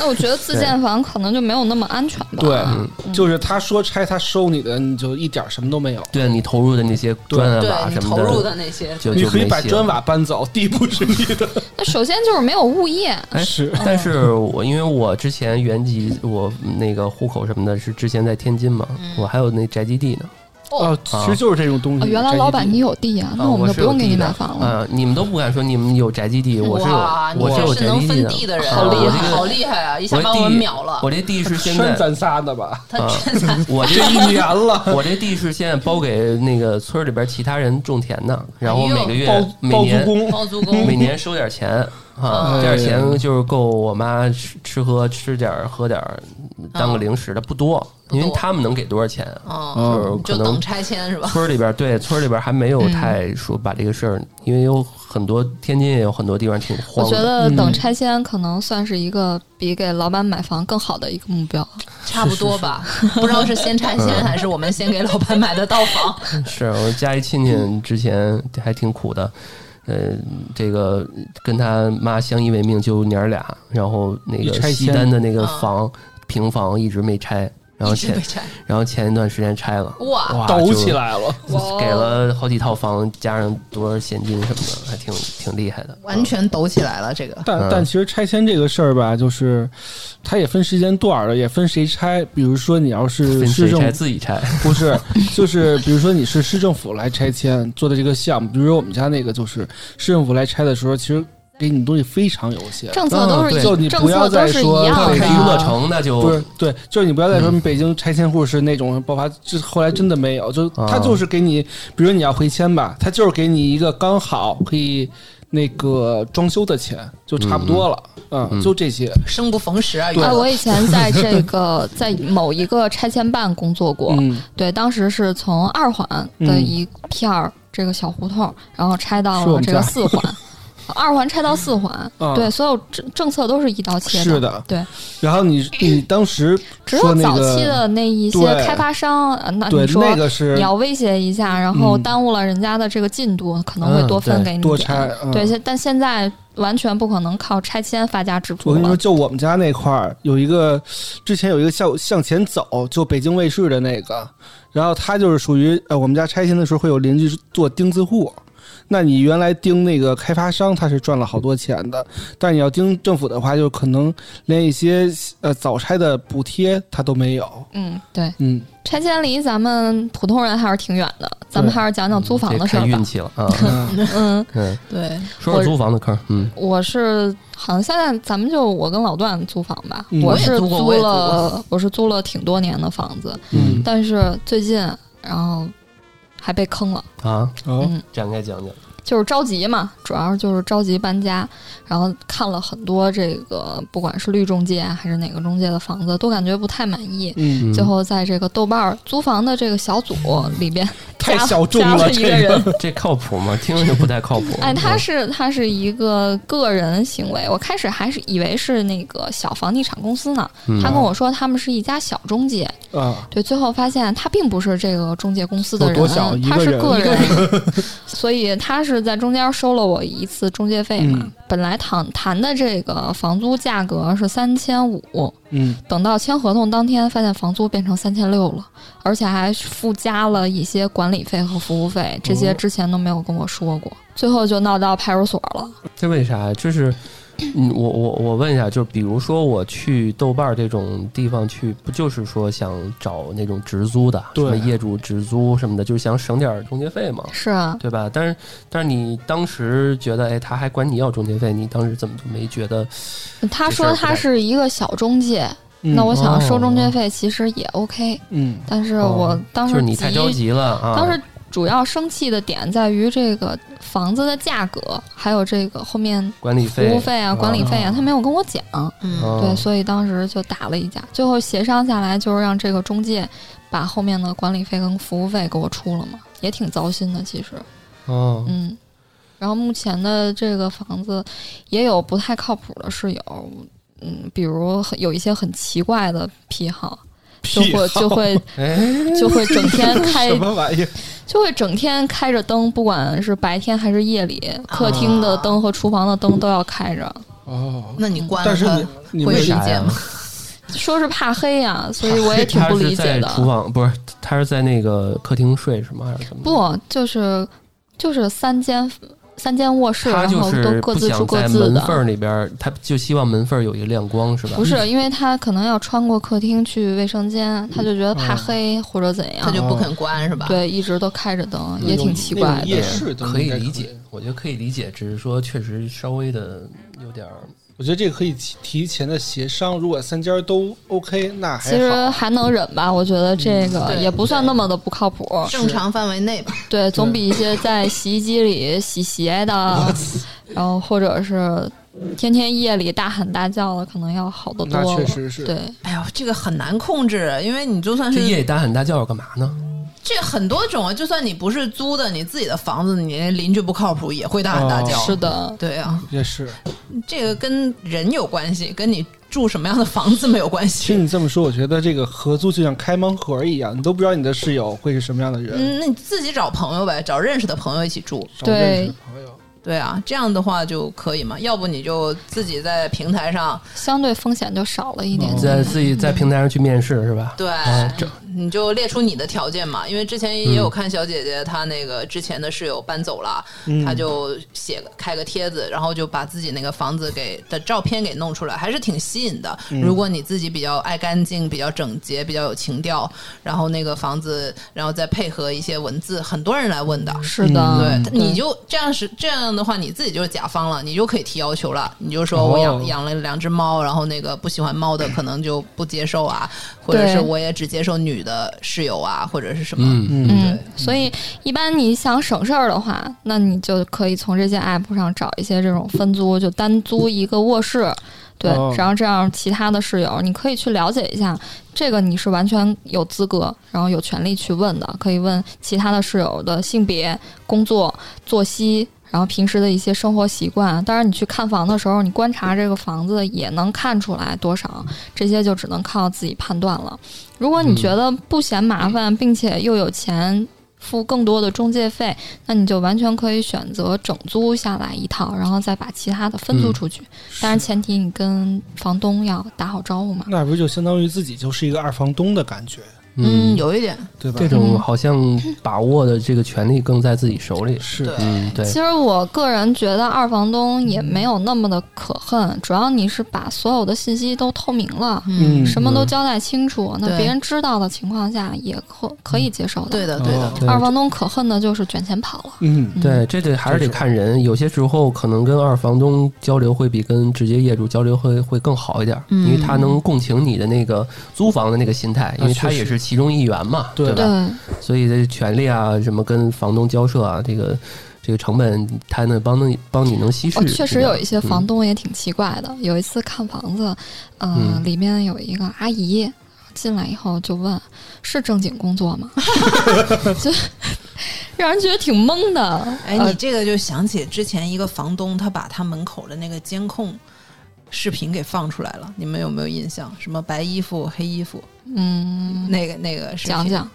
[SPEAKER 1] 那我觉得自建房可能就没有那么安全吧。
[SPEAKER 2] 对
[SPEAKER 4] 嗯，
[SPEAKER 2] 就是他说拆，他收你的，你就一点什么都没有。
[SPEAKER 4] 对你投入的那些砖啊瓦
[SPEAKER 3] 对你
[SPEAKER 4] 什么
[SPEAKER 3] 投入的那些，
[SPEAKER 4] 就
[SPEAKER 2] 你
[SPEAKER 4] 就
[SPEAKER 2] 可以
[SPEAKER 4] 没
[SPEAKER 2] 把
[SPEAKER 4] 戏
[SPEAKER 2] 砖
[SPEAKER 4] 了
[SPEAKER 2] 瓦搬走，地不是你的。 <laughs>
[SPEAKER 1] 那首先就是没有物业，
[SPEAKER 4] 哎
[SPEAKER 2] 是
[SPEAKER 4] 但是我因为我之前原籍我那个户口什么的是之前在天津嘛，
[SPEAKER 3] 嗯
[SPEAKER 4] 我还有那宅基地呢，
[SPEAKER 2] 哦，其实就是这种东
[SPEAKER 1] 哦
[SPEAKER 2] 西。
[SPEAKER 1] 原来老板
[SPEAKER 2] 嗯宅基
[SPEAKER 1] 你
[SPEAKER 2] 地
[SPEAKER 1] 有地啊，那
[SPEAKER 4] 啊
[SPEAKER 1] 我们
[SPEAKER 4] 我
[SPEAKER 1] 就是不
[SPEAKER 4] 有
[SPEAKER 1] 用给
[SPEAKER 4] 地
[SPEAKER 1] 你
[SPEAKER 4] 的
[SPEAKER 1] 买房
[SPEAKER 2] 嗯
[SPEAKER 1] 了。
[SPEAKER 4] 啊！你们都不敢说你们有宅基地，我是有，
[SPEAKER 3] 哇，
[SPEAKER 4] 我
[SPEAKER 3] 你
[SPEAKER 4] 有
[SPEAKER 3] 这是
[SPEAKER 4] 宅
[SPEAKER 3] 能
[SPEAKER 4] 基
[SPEAKER 3] 分
[SPEAKER 4] 地
[SPEAKER 3] 的人，
[SPEAKER 4] 啊
[SPEAKER 3] 好厉
[SPEAKER 4] 我
[SPEAKER 3] 害，
[SPEAKER 4] 这个
[SPEAKER 3] 好厉害啊！一
[SPEAKER 4] 我
[SPEAKER 3] 下
[SPEAKER 4] 这
[SPEAKER 3] 把我
[SPEAKER 4] 地
[SPEAKER 3] 们秒了
[SPEAKER 4] 我，这地是现
[SPEAKER 2] 圈
[SPEAKER 4] 在，啊
[SPEAKER 2] 咱仨的吧？
[SPEAKER 3] 他真的
[SPEAKER 4] 我
[SPEAKER 2] <laughs> 这
[SPEAKER 3] <laughs>
[SPEAKER 4] 这
[SPEAKER 2] 一年了，
[SPEAKER 4] 我这地是现在包给那个村儿里边其他人种田呢，然后
[SPEAKER 3] 哎呦
[SPEAKER 4] 每个月
[SPEAKER 2] 包
[SPEAKER 4] 每
[SPEAKER 2] 包租
[SPEAKER 4] 年
[SPEAKER 2] 公，
[SPEAKER 3] 包租
[SPEAKER 4] 每
[SPEAKER 3] <laughs> 公，
[SPEAKER 4] 年收点钱
[SPEAKER 2] 哎
[SPEAKER 4] 啊，
[SPEAKER 3] 嗯
[SPEAKER 4] 这点钱就是够我妈吃吃喝吃点儿喝点儿当个零食的，不多，
[SPEAKER 3] 嗯不
[SPEAKER 4] 因
[SPEAKER 3] 多
[SPEAKER 4] 为他们能给多少钱，
[SPEAKER 3] 嗯，
[SPEAKER 4] 就是
[SPEAKER 3] 就
[SPEAKER 4] 可能
[SPEAKER 3] 等拆迁是吧？嗯
[SPEAKER 4] 村儿里边儿对村儿里边儿还没有太说把这个事儿，因为有很多天津也有很多地方挺
[SPEAKER 1] 我
[SPEAKER 4] 荒
[SPEAKER 1] 觉
[SPEAKER 4] 的。
[SPEAKER 1] 得
[SPEAKER 2] 嗯
[SPEAKER 1] 等拆迁可能算是一个比给老板买房更好的一个目标。
[SPEAKER 3] 差不多
[SPEAKER 4] <laughs>
[SPEAKER 3] 吧，不知道是先拆迁还是我们先给老板买的 <laughs> 套房。
[SPEAKER 4] 是我家一亲
[SPEAKER 3] 嗯
[SPEAKER 4] 戚之前还挺苦的，呃，这个跟他妈相依为命，就娘儿俩，然后那
[SPEAKER 2] 一
[SPEAKER 4] 个
[SPEAKER 2] 拆
[SPEAKER 4] 西
[SPEAKER 2] 迁
[SPEAKER 4] 单的那个房、平房一直没拆，然
[SPEAKER 3] 嗯
[SPEAKER 4] 后
[SPEAKER 3] 一直
[SPEAKER 4] 前
[SPEAKER 3] 没拆，
[SPEAKER 4] 然后前一段时间拆了，
[SPEAKER 3] 哇，哦
[SPEAKER 4] 哇，
[SPEAKER 2] 抖
[SPEAKER 4] 就
[SPEAKER 2] 起来了。
[SPEAKER 4] 给了好几套房，加上多少现金什么的，还挺挺厉害的。
[SPEAKER 3] 完全抖起来了，这个
[SPEAKER 2] <laughs> 但
[SPEAKER 4] 嗯
[SPEAKER 2] 但其实拆迁这个事儿吧，就是它也分时间段儿的，也分谁拆。比如说你要是
[SPEAKER 4] 嗯分
[SPEAKER 2] 市
[SPEAKER 4] 谁拆
[SPEAKER 2] 政
[SPEAKER 4] 自己拆，
[SPEAKER 2] 不是， <laughs> 就是比如说你是市政府来拆迁做的这个项目，比如说我们家那个就是市政府来拆的时候，其实。给你的东西非常有限。
[SPEAKER 1] 政策都
[SPEAKER 4] 嗯
[SPEAKER 1] 是
[SPEAKER 4] 对
[SPEAKER 2] 就你
[SPEAKER 1] 一政
[SPEAKER 2] 不要
[SPEAKER 1] 策都
[SPEAKER 2] 再
[SPEAKER 1] 是
[SPEAKER 2] 说
[SPEAKER 1] 一样
[SPEAKER 3] 啊
[SPEAKER 2] 不
[SPEAKER 4] 开
[SPEAKER 1] 的，
[SPEAKER 2] 可以
[SPEAKER 4] 娱乐城那就
[SPEAKER 2] 不是对，就是你不要再说北京拆迁户是那种爆发，这后来真的没有，就
[SPEAKER 4] 啊
[SPEAKER 2] 他就是给你，比如你要回迁吧，他就是给你一个刚好可以那个装修的钱，就差不多了，嗯，就这些，
[SPEAKER 3] 生不逢时啊，
[SPEAKER 2] 对
[SPEAKER 3] 原
[SPEAKER 1] 哎，
[SPEAKER 3] 来
[SPEAKER 1] 我以前在这个在某一个拆迁办工作过，
[SPEAKER 2] 嗯，
[SPEAKER 1] <laughs> 对，当时是从二环的一片儿这个小胡同，然后拆到
[SPEAKER 2] 是我
[SPEAKER 1] 了
[SPEAKER 2] 们
[SPEAKER 1] 这个
[SPEAKER 2] 家
[SPEAKER 1] 四环，二环拆到四环，
[SPEAKER 2] 啊
[SPEAKER 1] 对，所有政政策都是一刀切
[SPEAKER 2] 是的。
[SPEAKER 1] 对，
[SPEAKER 2] 然后
[SPEAKER 1] <clears throat>
[SPEAKER 2] 你你当时
[SPEAKER 1] 只有
[SPEAKER 2] 说那
[SPEAKER 1] 早期
[SPEAKER 2] 个
[SPEAKER 1] 的那一些
[SPEAKER 2] 对
[SPEAKER 1] 开发商，呃那
[SPEAKER 2] 对
[SPEAKER 1] 你说
[SPEAKER 2] 那个是
[SPEAKER 1] 你要威胁一下，然后
[SPEAKER 2] 嗯
[SPEAKER 1] 耽误了人家的这个进度，可能会
[SPEAKER 4] 嗯
[SPEAKER 1] 多分
[SPEAKER 4] 对
[SPEAKER 1] 给你
[SPEAKER 2] 多
[SPEAKER 1] 点
[SPEAKER 2] 拆，嗯
[SPEAKER 1] 对，现但现在完全不可能靠拆迁发家致
[SPEAKER 2] 我
[SPEAKER 1] 富
[SPEAKER 2] 跟你说，
[SPEAKER 1] 了。
[SPEAKER 2] 就我们家那块儿有一个，之前有一个向向前走，就北京卫视的那个，然后它就是属于呃，我们家拆迁的时候会有邻居做钉子户。那你原来盯那个开发商，他是赚了好多钱的，但你要盯政府的话，就可能连一些呃早拆的补贴他都没有。
[SPEAKER 1] 嗯，对， <laughs>
[SPEAKER 2] 嗯，
[SPEAKER 1] 拆迁离咱们普通人还是挺远的，咱们
[SPEAKER 2] 对
[SPEAKER 1] 还是讲讲租房
[SPEAKER 4] 得
[SPEAKER 1] 的事
[SPEAKER 4] 看
[SPEAKER 1] 儿吧
[SPEAKER 4] 运。气了啊。
[SPEAKER 1] <laughs> 嗯，
[SPEAKER 4] 嗯，
[SPEAKER 3] 对，
[SPEAKER 4] 说说租房的坑，嗯，
[SPEAKER 1] 我是好像现在咱们就我跟老段租房吧，
[SPEAKER 2] 嗯
[SPEAKER 1] 我是
[SPEAKER 3] 我也租过我也租
[SPEAKER 1] 了我是租了挺多年的房子，
[SPEAKER 2] 嗯
[SPEAKER 1] 但是最近然后还被坑了，
[SPEAKER 4] 啊，
[SPEAKER 2] 哦
[SPEAKER 1] 嗯，
[SPEAKER 4] 展开讲讲。
[SPEAKER 1] 就是着急嘛，主要就是着急搬家，然后看了很多这个不管是绿中介啊还是哪个中介的房子，都感觉不太满意。
[SPEAKER 2] 嗯，
[SPEAKER 4] 嗯
[SPEAKER 1] 最后在这个豆瓣儿租房的这个小组里边
[SPEAKER 2] 太
[SPEAKER 1] 加
[SPEAKER 2] 小众
[SPEAKER 1] 加
[SPEAKER 2] 了
[SPEAKER 1] 了一
[SPEAKER 2] 这
[SPEAKER 1] 个
[SPEAKER 2] 个
[SPEAKER 1] 人，
[SPEAKER 2] <laughs>
[SPEAKER 4] 这靠谱吗？听着就不太靠谱。
[SPEAKER 1] <laughs>
[SPEAKER 4] 嗯
[SPEAKER 1] 哎，他是他是一个个人行为，我开始还是以为是那个小房地产公司呢。
[SPEAKER 4] 嗯
[SPEAKER 1] 他跟我说他们是一家小中介，
[SPEAKER 2] 啊，
[SPEAKER 1] 对，最后发现他并不是这个中介公司的啊
[SPEAKER 2] 有多小一
[SPEAKER 1] 他
[SPEAKER 2] 个
[SPEAKER 1] 是
[SPEAKER 2] 人
[SPEAKER 1] 个
[SPEAKER 2] 一个
[SPEAKER 1] 人， <laughs> 所以他是在中间收了我一次中介费嘛。
[SPEAKER 2] 嗯
[SPEAKER 1] 本来谈谈的这个房租价格是三千五，
[SPEAKER 2] 嗯，
[SPEAKER 1] 等到签合同当天，发现房租变成三千六了，而且还附加了一些管理费和服务费，这些之前都没有跟我说过。最后就闹到派出所了。
[SPEAKER 4] 这为啥呀？就是，嗯，我我我问一下，就比如说我去豆瓣儿这种地方去，不就是说想找那种直租的，什
[SPEAKER 2] 对
[SPEAKER 4] 么业主直租什么的，就是想省点儿中介费嘛，
[SPEAKER 1] 是啊，
[SPEAKER 4] 对吧？但是但是你当时觉得，哎，他还管你要中介费，你当时怎么就没觉得？
[SPEAKER 1] 他
[SPEAKER 4] 这事
[SPEAKER 1] 说
[SPEAKER 4] 儿不
[SPEAKER 1] 他
[SPEAKER 4] 太
[SPEAKER 1] 是一个小中介，
[SPEAKER 2] 嗯
[SPEAKER 1] 那我想收中介
[SPEAKER 4] 哦
[SPEAKER 1] 费其实也 OK，、
[SPEAKER 2] 嗯
[SPEAKER 1] 但是我当
[SPEAKER 4] 就
[SPEAKER 1] 时
[SPEAKER 4] 是你太着急了啊！
[SPEAKER 1] 当时主要生气的点在于这个房子的价格，还有这个后面
[SPEAKER 4] 管理
[SPEAKER 1] 服
[SPEAKER 4] 费
[SPEAKER 1] 务费啊、管理费啊，他没有跟我讲。
[SPEAKER 3] 嗯，
[SPEAKER 4] 啊
[SPEAKER 1] 对，所以当时就打了一架，最后协商下来就是让这个中介把后面的管理费跟服务费给我出了嘛，也挺糟心的，其实，
[SPEAKER 4] 哦，
[SPEAKER 1] 嗯。然后目前的这个房子也有不太靠谱的室友，嗯，比如很有一些很奇怪的癖好，就
[SPEAKER 2] 屁
[SPEAKER 1] 会就
[SPEAKER 2] 好
[SPEAKER 1] 会
[SPEAKER 4] 哎，
[SPEAKER 1] 就会整天 <laughs> 开
[SPEAKER 2] 什么玩意儿？
[SPEAKER 1] 就会整天开着灯，不管是白天还是夜里，客厅的灯和厨房的灯都要开着。
[SPEAKER 2] 哦，
[SPEAKER 3] 那你关了
[SPEAKER 2] 但是
[SPEAKER 3] 它
[SPEAKER 2] 你你
[SPEAKER 3] 会
[SPEAKER 2] 们
[SPEAKER 3] 理
[SPEAKER 4] 啥
[SPEAKER 3] 解 <laughs>
[SPEAKER 4] 呀
[SPEAKER 3] 吗？
[SPEAKER 1] 说是怕黑呀、所以我也挺不理解
[SPEAKER 4] 他是在厨
[SPEAKER 1] 的。
[SPEAKER 4] 房不是，他是在那个客厅睡是吗？还是怎么着？
[SPEAKER 1] 不，就是就是三间三间卧室，
[SPEAKER 4] 他
[SPEAKER 1] 然
[SPEAKER 4] 就
[SPEAKER 1] 后
[SPEAKER 4] 是
[SPEAKER 1] 都
[SPEAKER 4] 不
[SPEAKER 1] 各自住
[SPEAKER 4] 想
[SPEAKER 1] 各
[SPEAKER 4] 在
[SPEAKER 1] 自
[SPEAKER 4] 门缝
[SPEAKER 1] 的。
[SPEAKER 4] 儿里边儿，他就希望门缝儿有一个亮光，是吧？
[SPEAKER 1] 不是，因为他可能要穿过客厅去卫生间，他就觉得怕黑或者怎
[SPEAKER 3] 它
[SPEAKER 1] 样
[SPEAKER 3] 就。不肯关
[SPEAKER 4] 嗯
[SPEAKER 3] 是吧？
[SPEAKER 1] 对，一直都开着灯，也挺奇
[SPEAKER 2] 那种
[SPEAKER 1] 怪
[SPEAKER 2] 夜
[SPEAKER 1] 的。
[SPEAKER 2] 市都
[SPEAKER 4] 可以
[SPEAKER 2] 应该
[SPEAKER 4] 理解，我觉得可以理解，只是说确实稍微的有点儿。
[SPEAKER 2] 我觉得这个可以提提前的协商，如果三家都 OK，那
[SPEAKER 1] 其
[SPEAKER 2] 还
[SPEAKER 1] 实
[SPEAKER 2] 好。
[SPEAKER 1] 还能忍吧，我觉得这个
[SPEAKER 4] 嗯
[SPEAKER 3] 对
[SPEAKER 1] 也不算那么的不靠谱。
[SPEAKER 3] 正常范围内吧。
[SPEAKER 1] 对，总比一些在洗衣机里洗鞋的，然后或者是天天夜里大喊大叫的，可能要好得多
[SPEAKER 2] 那
[SPEAKER 1] 了。
[SPEAKER 2] 确实是
[SPEAKER 1] 对，
[SPEAKER 3] 哎呦，这个很难控制，啊因为你就算
[SPEAKER 1] 嗯
[SPEAKER 4] 这夜
[SPEAKER 3] 是
[SPEAKER 4] 里大喊大叫是干嘛呢？
[SPEAKER 3] 这很多种啊，就算你不是租的，你自己的房子，你连邻居不靠谱也会大喊大叫。
[SPEAKER 2] 哦
[SPEAKER 1] 是，的，
[SPEAKER 3] 对啊，
[SPEAKER 2] 也是，
[SPEAKER 3] 这个跟人有关系，跟你住什么样的房子没有关
[SPEAKER 2] 听
[SPEAKER 3] 系。
[SPEAKER 2] 你这么说，我觉得这个合租就像开盲盒一样，你都不知道你的室友会是什么样的人。
[SPEAKER 3] 嗯，那你自己找朋友呗，找认识的朋友一起住。
[SPEAKER 2] 少认识的朋友，
[SPEAKER 3] 对啊，这样的话就可以嘛。要不你就自己在平台上，
[SPEAKER 1] 相对风险就少了一点
[SPEAKER 4] 嗯你。在自己在平台上去面试是吧？
[SPEAKER 3] 对，
[SPEAKER 4] 啊，整
[SPEAKER 3] 你就列出你的条件嘛，因为之前也有看小姐姐她那个之前的室友搬走了，她就写个开个帖子，然后就把自己那个房子给的照片给弄出来，还是挺吸引的。如果你自己比较爱干净、比较整洁、比较有情调，然后那个房子，然后再配合一些文字，很多人来问的。
[SPEAKER 1] 是的，
[SPEAKER 3] 嗯对，你就这样是这样的话，你自己就是甲方了，你就可以提要求了。你就说我养、
[SPEAKER 2] 哦
[SPEAKER 3] 养了两只猫，然后那个不喜欢猫的可能就不接受啊，或者是我也只接受女的室友啊，或者是什么。
[SPEAKER 4] 嗯，
[SPEAKER 1] 嗯，所以一般你想省事儿的话，那你就可以从这些 app 上找一些这种分租，就单租一个卧室。对
[SPEAKER 2] 哦，
[SPEAKER 1] 然后这样其他的室友，你可以去了解一下，这个你是完全有资格，然后有权利去问的，可以问其他的室友的性别、工作、作息，然后平时的一些生活习惯。啊当然，你去看房的时候，你观察这个房子也能看出来多少，这些就只能靠自己判断了。如果你觉得不嫌麻
[SPEAKER 4] 嗯
[SPEAKER 1] 烦，并且又有钱。付更多的中介费，那你就完全可以选择整租下来一套，然后再把其他的分租
[SPEAKER 4] 嗯
[SPEAKER 1] 出去。当然前提你跟房东要打好招呼嘛。
[SPEAKER 2] 那不就相当于自己就是一个二房东的感觉，
[SPEAKER 3] 嗯，有一点，
[SPEAKER 2] 对吧？
[SPEAKER 4] 这
[SPEAKER 1] 嗯
[SPEAKER 4] 种好像把握的这个权利更在自己手里。
[SPEAKER 2] 是
[SPEAKER 3] 对
[SPEAKER 4] 嗯，对嗯
[SPEAKER 1] 其，实我个人觉得二房东也没有那么的可恨，主要你是把所有的信息都透明了，
[SPEAKER 2] 嗯
[SPEAKER 1] 什么都交代清楚，那
[SPEAKER 3] 对
[SPEAKER 1] 别人知道的情况下也可可以接受的。
[SPEAKER 3] 对的，对的
[SPEAKER 2] 哦，
[SPEAKER 4] 嗯对
[SPEAKER 1] 二房东可恨的就是卷钱跑了。
[SPEAKER 2] 嗯，
[SPEAKER 4] 对，这得还是得
[SPEAKER 2] 这种
[SPEAKER 4] 看人，有些时候可能跟二房东交流会比跟直接业主交流会会更好一点，
[SPEAKER 3] 嗯
[SPEAKER 4] 因为他能共情你的那个租房的那个心态，因为
[SPEAKER 2] 啊确
[SPEAKER 4] 他也
[SPEAKER 2] 实
[SPEAKER 4] 是其中一员嘛，
[SPEAKER 2] 对
[SPEAKER 4] 吧？
[SPEAKER 1] 对，
[SPEAKER 4] 所以这权利啊，什么跟房东交涉啊，这个这个成本，他能帮能帮你能稀释
[SPEAKER 1] 哦，
[SPEAKER 4] 这个。
[SPEAKER 1] 确实有一些房
[SPEAKER 4] 嗯
[SPEAKER 1] 东也挺奇怪的。有一次看房子，呃，
[SPEAKER 4] 嗯
[SPEAKER 1] 里面有一个阿姨进来以后就问：“是正经工作
[SPEAKER 4] <laughs>
[SPEAKER 1] 吗？” <laughs> 就让人觉得挺懵的。
[SPEAKER 3] 哎，
[SPEAKER 1] 呃
[SPEAKER 3] 你这个就想起之前一个房东，他把他门口的那个监控视频给放出来了，你们有没有印象？什么白衣服、黑衣服，
[SPEAKER 1] 嗯，
[SPEAKER 3] 那个那个视频
[SPEAKER 1] 讲，讲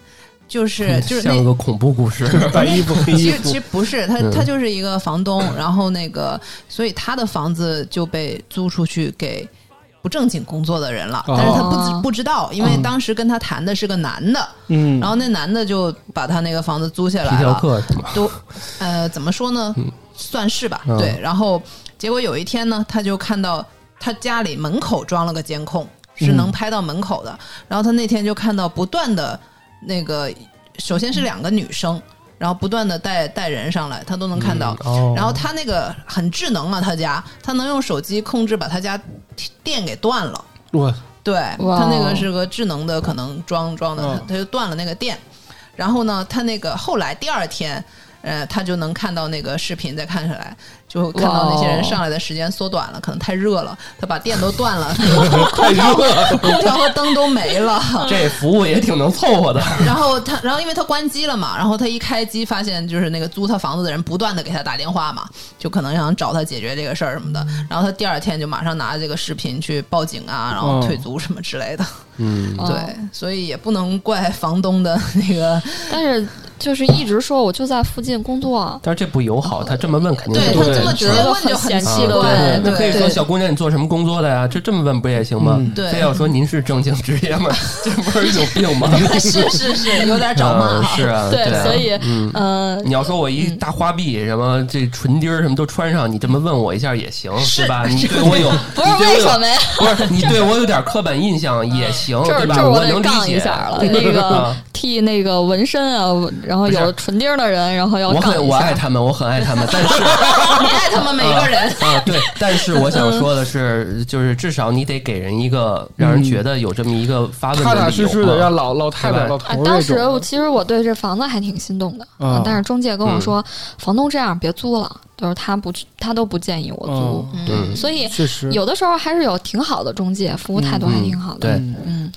[SPEAKER 3] 就是就是那
[SPEAKER 4] 像个恐
[SPEAKER 3] <laughs>
[SPEAKER 4] 怖故事。
[SPEAKER 2] 白衣服黑
[SPEAKER 3] 其
[SPEAKER 2] 衣
[SPEAKER 3] 实其
[SPEAKER 2] 服
[SPEAKER 3] 实，不是，他
[SPEAKER 4] 嗯
[SPEAKER 3] 他就是一个房东，然后那个，所以他的房子就被租出去给不正经工作的人了，
[SPEAKER 2] 哦
[SPEAKER 3] 但是他不
[SPEAKER 1] 哦
[SPEAKER 3] 知不知道，因为当时跟他谈的是个男的，
[SPEAKER 2] 嗯，
[SPEAKER 3] 然后那男的就把他那个房子租下
[SPEAKER 4] 皮
[SPEAKER 3] 来
[SPEAKER 4] 条
[SPEAKER 3] 了，
[SPEAKER 4] 客是
[SPEAKER 3] <laughs>
[SPEAKER 4] 吗？
[SPEAKER 3] 都呃怎么说呢，算是吧，
[SPEAKER 4] 嗯
[SPEAKER 3] 对，然后结果有一天呢，他就看到他家里门口装了个监控，是能拍到门口的，然后他那天就看到不断的那个，首先是两个女生。然后不断的带带人上来，他都能看到。
[SPEAKER 4] 哦
[SPEAKER 3] 然后他那个很智能啊，他家他能用手机控制把他家电给断了。
[SPEAKER 2] 我
[SPEAKER 3] 对，
[SPEAKER 1] 哇
[SPEAKER 4] 哦
[SPEAKER 3] 它那个是个智能的，可能装装的，
[SPEAKER 2] 嗯
[SPEAKER 3] 它它就断了那个电。然后呢，它那个后来第二天，呃，他就能看到那个视频，再看下来，就看到那些人上来的时间缩短了，可能太热了，他把电都断
[SPEAKER 4] <laughs>
[SPEAKER 3] 了，
[SPEAKER 4] 太热了，
[SPEAKER 3] 空调和灯都没了。
[SPEAKER 4] <laughs> 这服务也挺能
[SPEAKER 3] <laughs>
[SPEAKER 4] 凑合的。
[SPEAKER 3] 然后他，然后因为他关机了嘛，然后他一开机发现就是那个租他房子的人不断的给他打电话嘛，就可能想找他解决这个事儿什么的。
[SPEAKER 4] 嗯
[SPEAKER 3] 然后他第二天就马上拿这个视频去报警啊，然后退租什么之类的。
[SPEAKER 4] 嗯，
[SPEAKER 1] 呃
[SPEAKER 3] 对，所以也不能怪房东的 <laughs> 那个，
[SPEAKER 1] 但是就是一直说我就在附近工作，
[SPEAKER 4] 但是这不友好，他这么问肯定
[SPEAKER 3] 对
[SPEAKER 4] 是
[SPEAKER 3] 他
[SPEAKER 4] 不
[SPEAKER 3] 这么直接问就很奇怪
[SPEAKER 4] 啊，对，那可以
[SPEAKER 3] 对
[SPEAKER 4] 说小姑娘你做什么工作的呀？就这么问不也行吗？
[SPEAKER 2] 嗯
[SPEAKER 3] 对
[SPEAKER 4] 非要说您是正经职业
[SPEAKER 1] <laughs>
[SPEAKER 4] 吗？这不是有病吗？
[SPEAKER 3] 是是是，有点找骂
[SPEAKER 4] 嗯，是啊，
[SPEAKER 1] 对，
[SPEAKER 4] 啊
[SPEAKER 1] 所以
[SPEAKER 4] 嗯。
[SPEAKER 1] 呃，
[SPEAKER 4] 你要说我一大花臂，什么这唇钉儿什么都穿上，你这么问我一下也行，是吧？你对
[SPEAKER 3] <laughs>
[SPEAKER 4] 我有，
[SPEAKER 1] <laughs> 不是
[SPEAKER 4] 你对我
[SPEAKER 1] 为
[SPEAKER 4] 有
[SPEAKER 1] 什么
[SPEAKER 4] <laughs>
[SPEAKER 1] 呀？
[SPEAKER 4] 不是你对我有点刻板印象也行，
[SPEAKER 1] 这
[SPEAKER 4] 哦对
[SPEAKER 1] 儿这
[SPEAKER 4] 吧？
[SPEAKER 1] 儿我
[SPEAKER 4] 能
[SPEAKER 1] 得
[SPEAKER 4] 理
[SPEAKER 1] 杠
[SPEAKER 4] 解
[SPEAKER 1] 一下了，
[SPEAKER 4] <laughs> 对
[SPEAKER 1] 那个
[SPEAKER 4] 啊
[SPEAKER 1] 剃那个纹身啊，然后
[SPEAKER 4] 不
[SPEAKER 1] 有
[SPEAKER 4] 是
[SPEAKER 1] 唇钉的人，然后要
[SPEAKER 4] 我
[SPEAKER 1] 杠
[SPEAKER 4] 很
[SPEAKER 1] 一
[SPEAKER 4] 我
[SPEAKER 1] 下。
[SPEAKER 4] 爱他们，我很爱他们，但是
[SPEAKER 3] 你爱他们每个人。
[SPEAKER 4] <laughs> 啊啊，对，但是我想说的是，就是至少你得给人一个让人觉得有这么一个发问
[SPEAKER 2] 踏
[SPEAKER 4] 的
[SPEAKER 2] 踏
[SPEAKER 4] 理由
[SPEAKER 2] 实实的
[SPEAKER 4] 嘛
[SPEAKER 2] 让老老太太、
[SPEAKER 4] 对吧
[SPEAKER 2] 老
[SPEAKER 1] 啊
[SPEAKER 2] 头，儿
[SPEAKER 1] 当
[SPEAKER 2] 那
[SPEAKER 1] 时我
[SPEAKER 2] 种，嗯
[SPEAKER 1] 其实我对这房子还挺心动的，
[SPEAKER 2] 啊
[SPEAKER 1] 但是中介跟我
[SPEAKER 4] 嗯
[SPEAKER 1] 说，房东这样别租了，就是他不他都不建议我租，
[SPEAKER 2] 嗯，
[SPEAKER 4] 嗯，
[SPEAKER 1] 所以
[SPEAKER 2] 确实
[SPEAKER 1] 有的时候还是有挺好的中介，服务态度还挺好的。
[SPEAKER 4] 嗯对。
[SPEAKER 1] 嗯，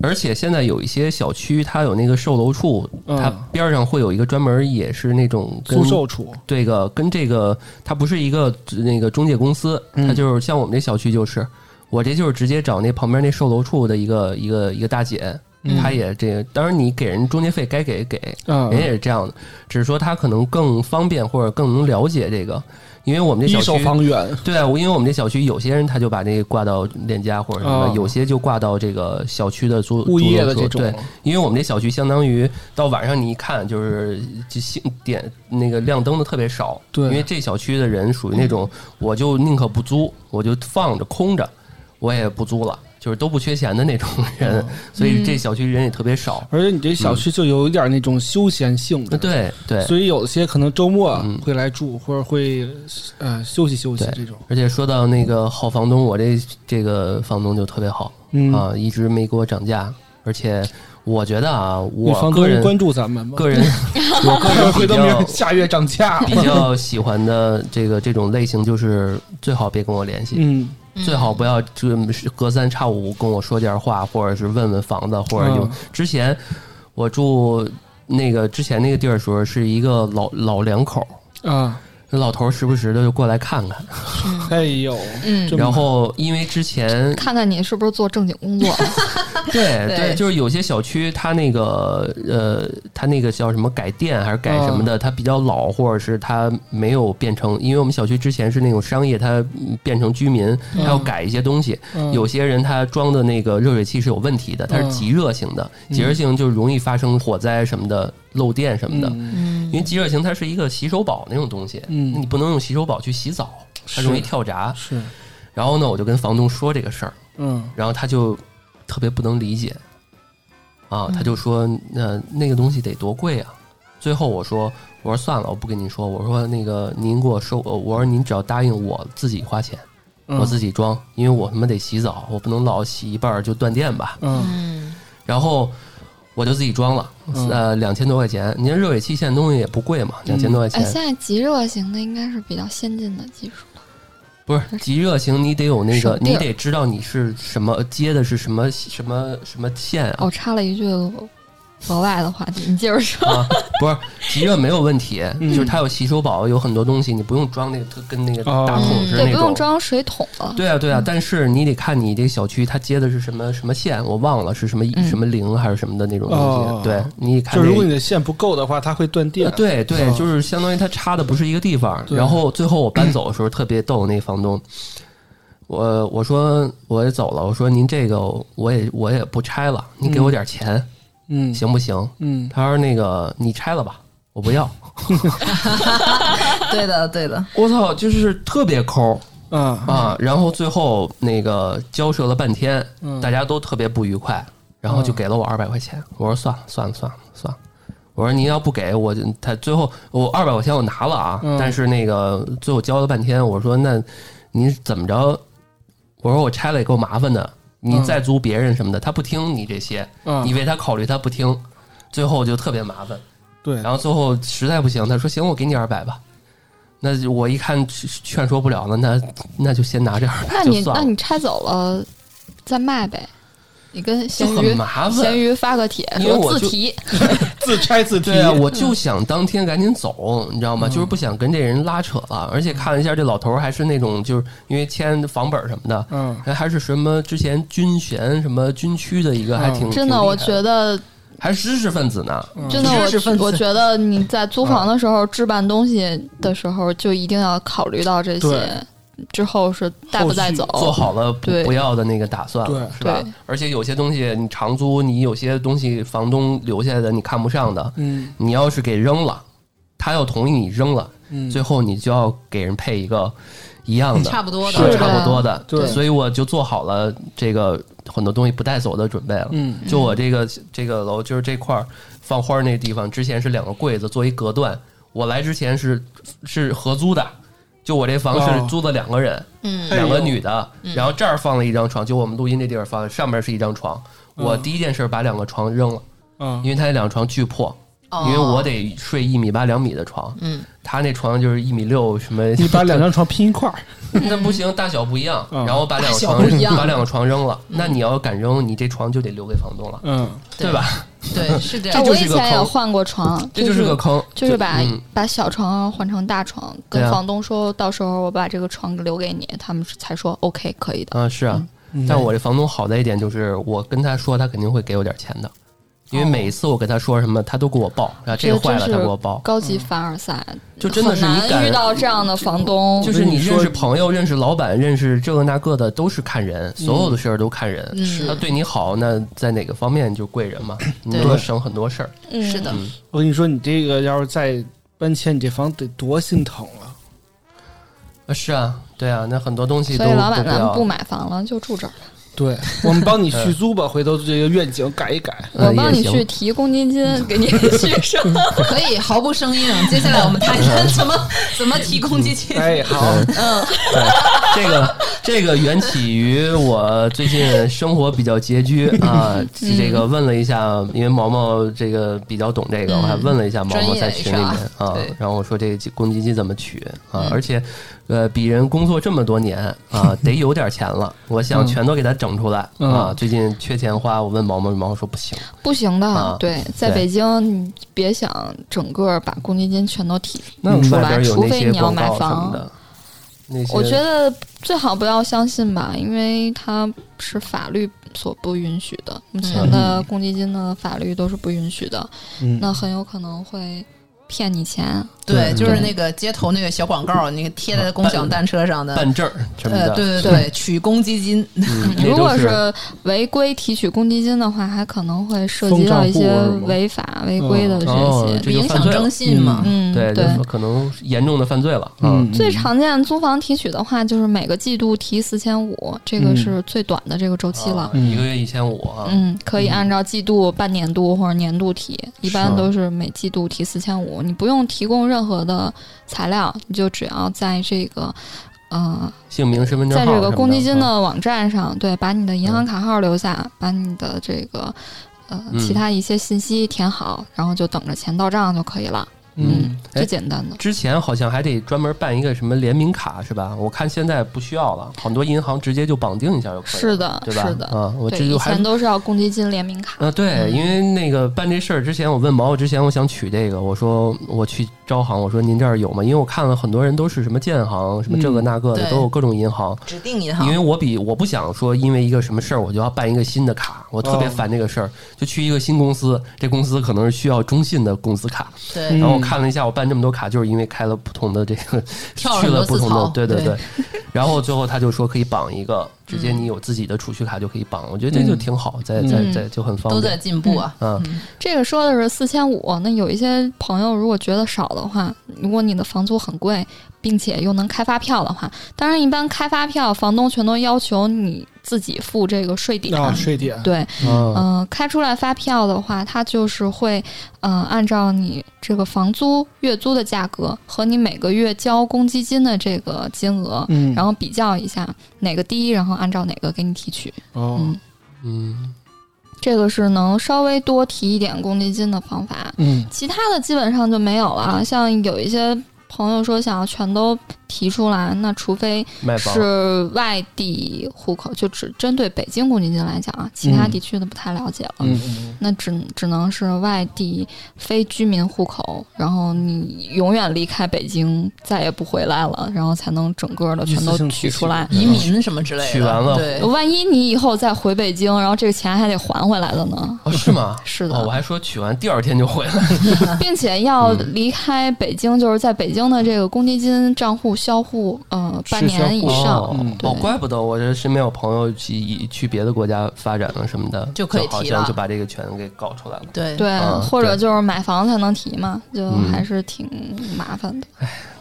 [SPEAKER 4] 而且现在有一些小区，它有那个售楼处，
[SPEAKER 2] 嗯
[SPEAKER 4] 它边上会有一个专门也是那种跟
[SPEAKER 2] 租售处，
[SPEAKER 4] 这个跟这个，它不是一个那个中介公司，
[SPEAKER 2] 嗯
[SPEAKER 4] 它就是像我们这小区就是，我这就是直接找那旁边那售楼处的一个一个一个大姐，
[SPEAKER 2] 嗯
[SPEAKER 4] 他也这个，当然你给人中介费该给给，
[SPEAKER 2] 啊，
[SPEAKER 4] 人也是这样的，只是说他可能更方便或者更能了解这个，因为我们这
[SPEAKER 2] 一
[SPEAKER 4] 小
[SPEAKER 2] 手
[SPEAKER 4] 区。
[SPEAKER 2] 房源，
[SPEAKER 4] 对啊，我因为我们这小区有些人他就把这个挂到链家或者什么，
[SPEAKER 2] 哦
[SPEAKER 4] 有些就挂到这个小区的租
[SPEAKER 2] 物业的
[SPEAKER 4] 租
[SPEAKER 2] 这
[SPEAKER 4] 用处
[SPEAKER 2] 种，
[SPEAKER 4] 对，因为我们这小区相当于到晚上你一看就是就星点那个亮灯的特别少，
[SPEAKER 2] 对嗯
[SPEAKER 4] 因为这小区的人属于那种我就宁可不租，我就放着空着，我也不租了，就是都不缺钱的那种人，
[SPEAKER 2] 哦
[SPEAKER 4] 所以这小区人也特别少。
[SPEAKER 2] 而且你这小区就有一点那种休闲性质，，
[SPEAKER 4] 嗯对对，
[SPEAKER 2] 嗯所以有些可能周末
[SPEAKER 4] 嗯
[SPEAKER 2] 会来住，或者会呃休息休息
[SPEAKER 4] 对
[SPEAKER 2] 这种，
[SPEAKER 4] 而且说到那个好房东，我这这个房东就特别好、
[SPEAKER 2] 嗯，
[SPEAKER 4] 啊，一直没给我涨价，而且我觉得啊，
[SPEAKER 2] 你
[SPEAKER 4] 我
[SPEAKER 2] 房
[SPEAKER 4] 个
[SPEAKER 2] 东
[SPEAKER 4] 人
[SPEAKER 2] 关注咱们吗？
[SPEAKER 4] 个
[SPEAKER 2] <laughs>
[SPEAKER 4] 人我个人
[SPEAKER 2] 回
[SPEAKER 4] 比
[SPEAKER 2] 头明儿
[SPEAKER 4] 较
[SPEAKER 2] 下月涨价，
[SPEAKER 4] <laughs> 比较喜欢的这个这种类型就是最好别跟我联系，
[SPEAKER 2] 嗯，
[SPEAKER 4] 最好不要就隔三差五跟我说点话，或者是问问房子，或者有、
[SPEAKER 2] 嗯
[SPEAKER 4] 之前我住那个之前那个地儿的时候是一个老老两口儿，
[SPEAKER 2] 啊，
[SPEAKER 4] 那老头儿时不时的就过来看看，
[SPEAKER 2] 哎呦，
[SPEAKER 1] 嗯
[SPEAKER 2] 这，么
[SPEAKER 4] 然后因为之前
[SPEAKER 1] 看看你是不是做正经工
[SPEAKER 4] <laughs>
[SPEAKER 1] 作，
[SPEAKER 2] <laughs>
[SPEAKER 4] 对
[SPEAKER 3] 对
[SPEAKER 4] 对，就是有些小区它那个呃，它那个叫什么改电还是改什么
[SPEAKER 2] 嗯
[SPEAKER 4] 的，它比较老，或者是它没有变成，因为我们小区之前是那种商业，它嗯变成居民，它要改一些东西。
[SPEAKER 2] 嗯
[SPEAKER 4] 有些人他装的那个热水器是有问题的，它是
[SPEAKER 2] 嗯
[SPEAKER 4] 极热型的，极热型就容易发生火灾什么的、漏电什么的。
[SPEAKER 2] 嗯
[SPEAKER 3] 嗯
[SPEAKER 4] 因为极热型它是一个洗手宝那种东西，
[SPEAKER 2] 嗯
[SPEAKER 4] 你不能用洗手宝去洗澡，它容易
[SPEAKER 2] 是
[SPEAKER 4] 跳闸。
[SPEAKER 2] 是，
[SPEAKER 4] 然后呢，我就跟房东说这个事儿。
[SPEAKER 2] 嗯
[SPEAKER 4] 然后他就特别不能理解，啊，他就说那那个东西得多贵啊。最后我说我说算了，我不跟您说，我说那个您给我收，呃我说您只要答应我自己花钱，
[SPEAKER 2] 嗯
[SPEAKER 4] 我自己装，因为我他妈得洗澡，我不能老洗一半儿就断电吧。
[SPEAKER 2] 嗯
[SPEAKER 3] 嗯
[SPEAKER 4] 然后我就自己装了，
[SPEAKER 2] 嗯
[SPEAKER 4] 呃，两千多块钱，您热水器现在东西也不贵嘛，两千多块
[SPEAKER 1] 哎，
[SPEAKER 4] 钱
[SPEAKER 1] 现，在极热型的应该是比较先进的技术了。
[SPEAKER 4] 不是极热型，你得有那个
[SPEAKER 1] 省，地
[SPEAKER 4] 你
[SPEAKER 1] 儿
[SPEAKER 4] 得知道你是什么接的是什么什么什么线啊
[SPEAKER 1] 我、，哦插了一句额外的话题，你接着说。
[SPEAKER 4] 啊，不是极热没有问题，
[SPEAKER 2] 嗯
[SPEAKER 4] 就是它有洗手宝，有很多东西，你不用装那个特跟那个
[SPEAKER 2] 哦
[SPEAKER 4] 大桶似的
[SPEAKER 1] 对，
[SPEAKER 4] 那
[SPEAKER 1] 不
[SPEAKER 4] 种。
[SPEAKER 1] 用装嗯水桶了。
[SPEAKER 4] 对啊，对啊，但是你得看你这个小区它接的是什么什么线，我忘了是什么
[SPEAKER 1] 嗯
[SPEAKER 4] 什么零还是什么的那种东
[SPEAKER 2] 哦
[SPEAKER 4] 西。对，你得看
[SPEAKER 2] 就
[SPEAKER 4] 这
[SPEAKER 2] 如果你的线不够的话，它会断电
[SPEAKER 4] 呃。对对，
[SPEAKER 2] 嗯
[SPEAKER 4] 就是相当于它插的不是一个地方。
[SPEAKER 2] 对
[SPEAKER 4] 然后最后我搬走的时候特别逗，那房东，我我说我也走了，我说您这个我也我也不拆了，你给我点钱
[SPEAKER 2] 嗯，，
[SPEAKER 4] 行不行？
[SPEAKER 2] 嗯，
[SPEAKER 4] 他说那个你拆了吧，我不要。
[SPEAKER 3] 对的对的，
[SPEAKER 4] 我操，就是特别抠
[SPEAKER 2] 啊，
[SPEAKER 4] 啊！然后最后那个交涉了半天，
[SPEAKER 2] 嗯
[SPEAKER 4] 大家都特别不愉快，然后就给了我二百块钱。我说算了算了算了算了，我说您要不给我就，他最后我二百块钱我拿了啊，
[SPEAKER 2] 嗯
[SPEAKER 4] 但是那个最后交了半天，我说那您怎么着？我说我拆了也够麻烦的，你
[SPEAKER 2] 嗯
[SPEAKER 4] 再租别人什么的，他不听你这些，
[SPEAKER 2] 啊
[SPEAKER 4] 你为他考虑他不听，最后就特别麻烦。
[SPEAKER 2] 对
[SPEAKER 4] 然，后最后实在不行，他说行，我给你二百吧。那就我一看劝劝说不了了，那那就先拿这二
[SPEAKER 1] 那
[SPEAKER 4] 百就
[SPEAKER 1] 你那
[SPEAKER 4] 算了，
[SPEAKER 1] 你拆走了再卖呗，你跟
[SPEAKER 4] 就
[SPEAKER 1] 闲
[SPEAKER 4] 很
[SPEAKER 1] 鱼
[SPEAKER 4] 麻
[SPEAKER 1] 闲
[SPEAKER 4] 烦。
[SPEAKER 1] 鱼发个帖
[SPEAKER 4] 因为我
[SPEAKER 1] 说
[SPEAKER 4] 就
[SPEAKER 1] 自提，
[SPEAKER 2] 自拆自提
[SPEAKER 4] 对啊，我就想当天赶紧走，你知道吗？
[SPEAKER 2] 嗯
[SPEAKER 4] 就是不想跟这人拉扯了。而且看了一下，这老头儿还是那种，就是因为签房本儿什么的，
[SPEAKER 2] 嗯，
[SPEAKER 4] 还还是什么之前军衔什么军区的一个，
[SPEAKER 2] 嗯
[SPEAKER 4] 还
[SPEAKER 1] 真
[SPEAKER 4] 挺
[SPEAKER 1] 的，
[SPEAKER 4] 挺厉害
[SPEAKER 1] 我觉得嗯
[SPEAKER 4] 还是知识分子呢。
[SPEAKER 1] 真的，
[SPEAKER 3] 知识分
[SPEAKER 1] 我
[SPEAKER 3] 子
[SPEAKER 1] 我觉得你在租房
[SPEAKER 4] 嗯
[SPEAKER 1] 的时候置办东西的时候，就一定要考虑到这
[SPEAKER 2] 对
[SPEAKER 1] 些，之后是带不带走，
[SPEAKER 4] 做好了不
[SPEAKER 1] 对
[SPEAKER 4] 不要的那个打算了，
[SPEAKER 2] 对
[SPEAKER 4] 是吧
[SPEAKER 1] 对？
[SPEAKER 4] 而且有些东西你长租，你有些东西房东留下来的你看不上的，
[SPEAKER 2] 嗯
[SPEAKER 4] 你要是给扔了，他要同意你扔了，
[SPEAKER 2] 嗯，
[SPEAKER 4] 最后你就要给人配一个一样的，
[SPEAKER 3] 差不多
[SPEAKER 4] 啊
[SPEAKER 3] 的
[SPEAKER 1] 是的
[SPEAKER 4] 差不多的。
[SPEAKER 2] 对
[SPEAKER 4] 所以我就做好了这个很多东西不带走的准备了。
[SPEAKER 2] 嗯
[SPEAKER 4] 就我这个这个楼，就是这块儿放花儿那地方，之前是两个柜子做一隔断，我来之前是是合租的。就我这房
[SPEAKER 2] 哦
[SPEAKER 4] 是租的两个人，
[SPEAKER 3] 嗯
[SPEAKER 2] 哎呦
[SPEAKER 4] 两个女的，然后这儿放了一张床，就我们录音这地儿放，上面是一张床。我
[SPEAKER 2] 嗯
[SPEAKER 4] 第一件事把两个床扔了，
[SPEAKER 2] 啊
[SPEAKER 4] 因为他那两个床巨破，
[SPEAKER 3] 哦
[SPEAKER 4] 因为我得睡一米八两米的床，
[SPEAKER 3] 嗯
[SPEAKER 4] 他那床就是一米六什么，
[SPEAKER 2] 你把两张床拼一块儿，
[SPEAKER 4] <laughs> 那不行，大小不一样，
[SPEAKER 2] 嗯
[SPEAKER 4] 然后把两个
[SPEAKER 3] 大小不
[SPEAKER 4] 床
[SPEAKER 3] 一样嗯
[SPEAKER 4] 把两个床扔了，那你要敢扔，你这床就得留给房东了，
[SPEAKER 2] 嗯，
[SPEAKER 3] 对
[SPEAKER 4] 对吧？ <laughs>
[SPEAKER 3] 对是这
[SPEAKER 1] 哎
[SPEAKER 3] 样
[SPEAKER 4] 这，就
[SPEAKER 1] 我
[SPEAKER 4] 是
[SPEAKER 1] 以
[SPEAKER 4] 个
[SPEAKER 1] 前也
[SPEAKER 4] 坑
[SPEAKER 1] 换过床，
[SPEAKER 4] 这就是个坑，
[SPEAKER 1] 就是把、
[SPEAKER 4] 嗯
[SPEAKER 1] 把小床换成大床，
[SPEAKER 4] 对啊
[SPEAKER 1] 跟房东说，到时候我把这个床留给你，他们才说 OK 可以的。
[SPEAKER 4] 啊是啊，
[SPEAKER 1] 嗯
[SPEAKER 4] 但我这房东好的一点就是，我跟他说他肯定会给我点钱的，因
[SPEAKER 1] 哦
[SPEAKER 4] 为每一次我给他说什么，他都给我报，然后这个坏了他给我报，嗯
[SPEAKER 1] 高级凡尔赛，
[SPEAKER 4] 就真的是你
[SPEAKER 1] 很难
[SPEAKER 4] 敢
[SPEAKER 1] 遇到这样的房东，
[SPEAKER 4] 就是你认识朋友、认识老板、认识这个那个的，都是看人，所
[SPEAKER 1] 嗯
[SPEAKER 4] 有的事儿都看人。
[SPEAKER 3] 是
[SPEAKER 4] 他对你好，那在哪个方面就贵
[SPEAKER 1] <clears throat>
[SPEAKER 4] 人嘛，你
[SPEAKER 3] 对
[SPEAKER 4] 能省很多事儿。
[SPEAKER 1] 嗯
[SPEAKER 3] 是的，
[SPEAKER 2] 我跟你说，你这个要是再搬迁，你这房得多心疼啊！
[SPEAKER 4] 啊是啊，对啊，那很多东西都
[SPEAKER 1] 所以老板
[SPEAKER 4] 都不
[SPEAKER 1] 咱们
[SPEAKER 4] 要
[SPEAKER 1] 不买房了，就住这儿。
[SPEAKER 2] 对 <laughs> 我们帮你续租吧，回头这个愿景改一改。
[SPEAKER 4] 呃
[SPEAKER 1] 我帮你
[SPEAKER 4] 也行嗯
[SPEAKER 1] 去提公积金，给你
[SPEAKER 4] <laughs>
[SPEAKER 1] 续上。
[SPEAKER 3] 可以毫不生硬。 <laughs> 接下来我们谈谈怎么怎么提公积金。
[SPEAKER 2] 哎，好，
[SPEAKER 4] 嗯，对，这个这个缘起于我最近生活比较拮据啊，这个问了一下，因为毛毛这个比较懂这个，
[SPEAKER 3] 嗯
[SPEAKER 4] 我还问了一下毛毛
[SPEAKER 3] 专业
[SPEAKER 4] 在群里面
[SPEAKER 3] 是吧
[SPEAKER 4] 啊
[SPEAKER 3] 对，
[SPEAKER 4] 然后我说这个公积金怎么取啊，而且呃，鄙人工作这么多年 <laughs> 啊，得有点钱了，我想全都给他整出来
[SPEAKER 2] 嗯
[SPEAKER 4] 啊，最近缺钱花，我问毛毛，毛毛说不行，
[SPEAKER 1] 不行
[SPEAKER 4] 啊
[SPEAKER 1] 的，对，在
[SPEAKER 4] 对
[SPEAKER 1] 北京你别想整个把公积金全都提
[SPEAKER 4] 那
[SPEAKER 1] 出
[SPEAKER 4] 外
[SPEAKER 1] 来，
[SPEAKER 4] 边有
[SPEAKER 1] 除
[SPEAKER 4] 那
[SPEAKER 1] 非
[SPEAKER 4] 些
[SPEAKER 1] 你要
[SPEAKER 4] 广
[SPEAKER 1] 买
[SPEAKER 4] 告什么
[SPEAKER 1] 房。
[SPEAKER 4] 的，那些
[SPEAKER 1] 我觉得最好不要相信吧，因为它是法律所不允许的。
[SPEAKER 4] 嗯
[SPEAKER 1] 目前的公积金的法律都是不允许的，
[SPEAKER 2] 嗯，
[SPEAKER 1] 那很有可能会骗你钱。
[SPEAKER 3] <laughs> 对，就是那个街头那个小广告，那个贴在共享单车上的。
[SPEAKER 4] 嗯啊办证儿什么
[SPEAKER 3] 呃，
[SPEAKER 4] 的，
[SPEAKER 3] 对对对，取公积金，
[SPEAKER 4] 嗯那
[SPEAKER 1] 如
[SPEAKER 4] 都
[SPEAKER 1] 果
[SPEAKER 4] 是
[SPEAKER 1] 是违规提取公积金的话，还可能会涉
[SPEAKER 2] 封
[SPEAKER 1] 及
[SPEAKER 2] 账
[SPEAKER 1] 到一
[SPEAKER 2] 户
[SPEAKER 1] 些
[SPEAKER 2] 是吗
[SPEAKER 1] 违法违规的这
[SPEAKER 4] 哦
[SPEAKER 1] 些。
[SPEAKER 4] 这就
[SPEAKER 3] 影
[SPEAKER 4] 犯
[SPEAKER 3] 响
[SPEAKER 4] 罪了
[SPEAKER 3] 征信嘛。
[SPEAKER 1] 嗯，
[SPEAKER 4] 对，
[SPEAKER 1] 对。
[SPEAKER 4] 就可能严重的犯罪了。
[SPEAKER 2] 嗯，
[SPEAKER 1] 最常见租房提取的话，就是每个季度提四千五，这个是最短的这个周期了
[SPEAKER 4] 啊。一个月一千五啊。
[SPEAKER 1] 嗯，可以按照季度、半年度或者年度提，一般都是每季度提四千五，你不用提供任何的材料，你就只要在这个。呃，
[SPEAKER 4] 姓名、身份证
[SPEAKER 1] 在
[SPEAKER 4] 号
[SPEAKER 1] 这
[SPEAKER 4] 什
[SPEAKER 1] 个
[SPEAKER 4] 么嗯
[SPEAKER 1] 公积金
[SPEAKER 4] 啊
[SPEAKER 1] 的网站上，对，把你的银行卡号留下，把你的这个呃
[SPEAKER 4] 嗯
[SPEAKER 1] 其他一些信息填好，然后就等着钱到账就可以了。
[SPEAKER 2] 嗯，
[SPEAKER 4] 哎
[SPEAKER 1] 最简单的。
[SPEAKER 4] 之前好像还得专门办一个什么联名卡是吧？我看现在不需要了，很多银行直接就绑定一下就可以了，
[SPEAKER 1] 是的
[SPEAKER 4] 对吧？
[SPEAKER 1] 是的
[SPEAKER 4] 啊，我
[SPEAKER 1] 对，
[SPEAKER 4] 这
[SPEAKER 1] 以
[SPEAKER 4] 就还
[SPEAKER 1] 前都嗯是要公积金联名卡。
[SPEAKER 4] 啊，对，因为那个办这事儿之前，我问毛毛之前，我想取这个，我说我去招行，我说您这儿有吗？因为我看了很多人都是什么建行、什么这个
[SPEAKER 1] 嗯
[SPEAKER 4] 那个的，
[SPEAKER 3] 对
[SPEAKER 4] 都有各种银行。
[SPEAKER 3] 指定银
[SPEAKER 4] 因
[SPEAKER 3] 行
[SPEAKER 4] 为，我比我不想说，因为一个什么事儿我就要办一个新的卡，我特别
[SPEAKER 2] 哦
[SPEAKER 4] 烦这个事儿。就去一个新公司，这公司可能是需要中信的公司卡，
[SPEAKER 3] 对
[SPEAKER 4] 然后我看了一下，我办这么多卡，就是因为开了不同的这个，
[SPEAKER 3] 跳了
[SPEAKER 4] 去
[SPEAKER 3] 很多
[SPEAKER 4] 了不同的，
[SPEAKER 3] 次槽
[SPEAKER 4] 对对
[SPEAKER 3] 对
[SPEAKER 4] 对。然后最后他就说可以绑一个，直接你有自己的储蓄卡就可以绑，我觉得这就挺好，在在
[SPEAKER 1] 嗯
[SPEAKER 4] 在就很
[SPEAKER 3] 都
[SPEAKER 4] 方
[SPEAKER 3] 在
[SPEAKER 4] 便。
[SPEAKER 3] 进步啊。
[SPEAKER 4] 嗯，
[SPEAKER 1] 这个说的是四千五，那有一些朋友如果觉得少的话，如果你的房租很贵，并且又能开发票的话，当然一般开发票房东全都要求你自己付这个税点。
[SPEAKER 2] 啊，税点，
[SPEAKER 1] 对，
[SPEAKER 4] 嗯
[SPEAKER 1] 嗯、开出来发票的话，它就是会，嗯、按照你这个房租月租的价格和你每个月交公积金的这个金额，
[SPEAKER 2] 嗯，
[SPEAKER 1] 然后比较一下哪个低，然后按照哪个给你提取。
[SPEAKER 2] 哦，
[SPEAKER 4] 嗯，
[SPEAKER 1] 这个是能稍微多提一点公积金的方法。
[SPEAKER 2] 嗯，
[SPEAKER 1] 其他的基本上就没有了。像有一些朋友说想要全都提出来，那除非
[SPEAKER 4] 卖房
[SPEAKER 1] 是外地户口，就只针对北京公积金来讲啊，其他地区的不太了解了。
[SPEAKER 2] 嗯嗯，
[SPEAKER 1] 那只只能是外地非居民户口，然后你永远离开北京，再也不回来了，然后才能整个的全
[SPEAKER 2] 一次
[SPEAKER 1] 都
[SPEAKER 2] 性
[SPEAKER 1] 取
[SPEAKER 2] 提
[SPEAKER 1] 出来。
[SPEAKER 3] 移民什么之类的，
[SPEAKER 4] 嗯取完了
[SPEAKER 3] 对，
[SPEAKER 1] 万一你以后再回北京，然后这个钱还得还回来的呢？
[SPEAKER 4] 哦是吗？
[SPEAKER 1] 是的
[SPEAKER 4] 哦，我还说取完第二天就回来。
[SPEAKER 1] 并且要离开北京，就是在北京的这个公积金账户销户呃半年以上。
[SPEAKER 4] 哦
[SPEAKER 2] 嗯
[SPEAKER 1] 对
[SPEAKER 4] 哦，怪不得我这身边有朋友去去别的国家发展了什么的，
[SPEAKER 3] 就可以
[SPEAKER 4] 好
[SPEAKER 3] 提
[SPEAKER 4] 像
[SPEAKER 3] 了
[SPEAKER 4] 就把这个全给搞出来了。
[SPEAKER 3] 对
[SPEAKER 1] 对，
[SPEAKER 4] 啊
[SPEAKER 1] 或者就是买房才能提嘛，就
[SPEAKER 4] 嗯
[SPEAKER 1] 还是挺麻烦的。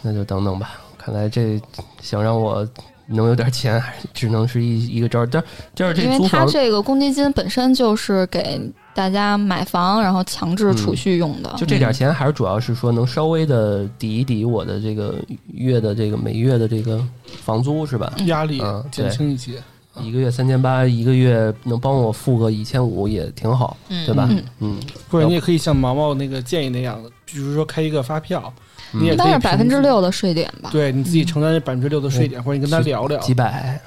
[SPEAKER 4] 那就等等吧。看来这想让我能有点钱，还是只能是一一个招儿。但是但是
[SPEAKER 1] 因
[SPEAKER 4] 这
[SPEAKER 1] 为
[SPEAKER 4] 租
[SPEAKER 1] 它
[SPEAKER 4] 房，
[SPEAKER 1] 这个公积金本身就是给大家买房，然后强制储蓄用的。
[SPEAKER 4] 就这点钱，还是主要是说能稍微的抵一抵我的这个月的这个每月的这个房租是吧？
[SPEAKER 2] 压力
[SPEAKER 4] 嗯
[SPEAKER 2] 减轻一些，
[SPEAKER 4] 一个月三千八，一个月能帮我付个一千五也挺好，
[SPEAKER 3] 嗯
[SPEAKER 4] 对吧
[SPEAKER 1] 嗯？
[SPEAKER 4] 嗯，
[SPEAKER 2] 或者你也可以像毛毛那个建议那样的，比如说开一个发票，你也
[SPEAKER 1] 应
[SPEAKER 2] 可
[SPEAKER 1] 该
[SPEAKER 2] 以
[SPEAKER 1] 是百分之六的税点吧？
[SPEAKER 2] 对，你自己承担这百分之六的税点，或者你跟他聊聊。
[SPEAKER 4] 几百，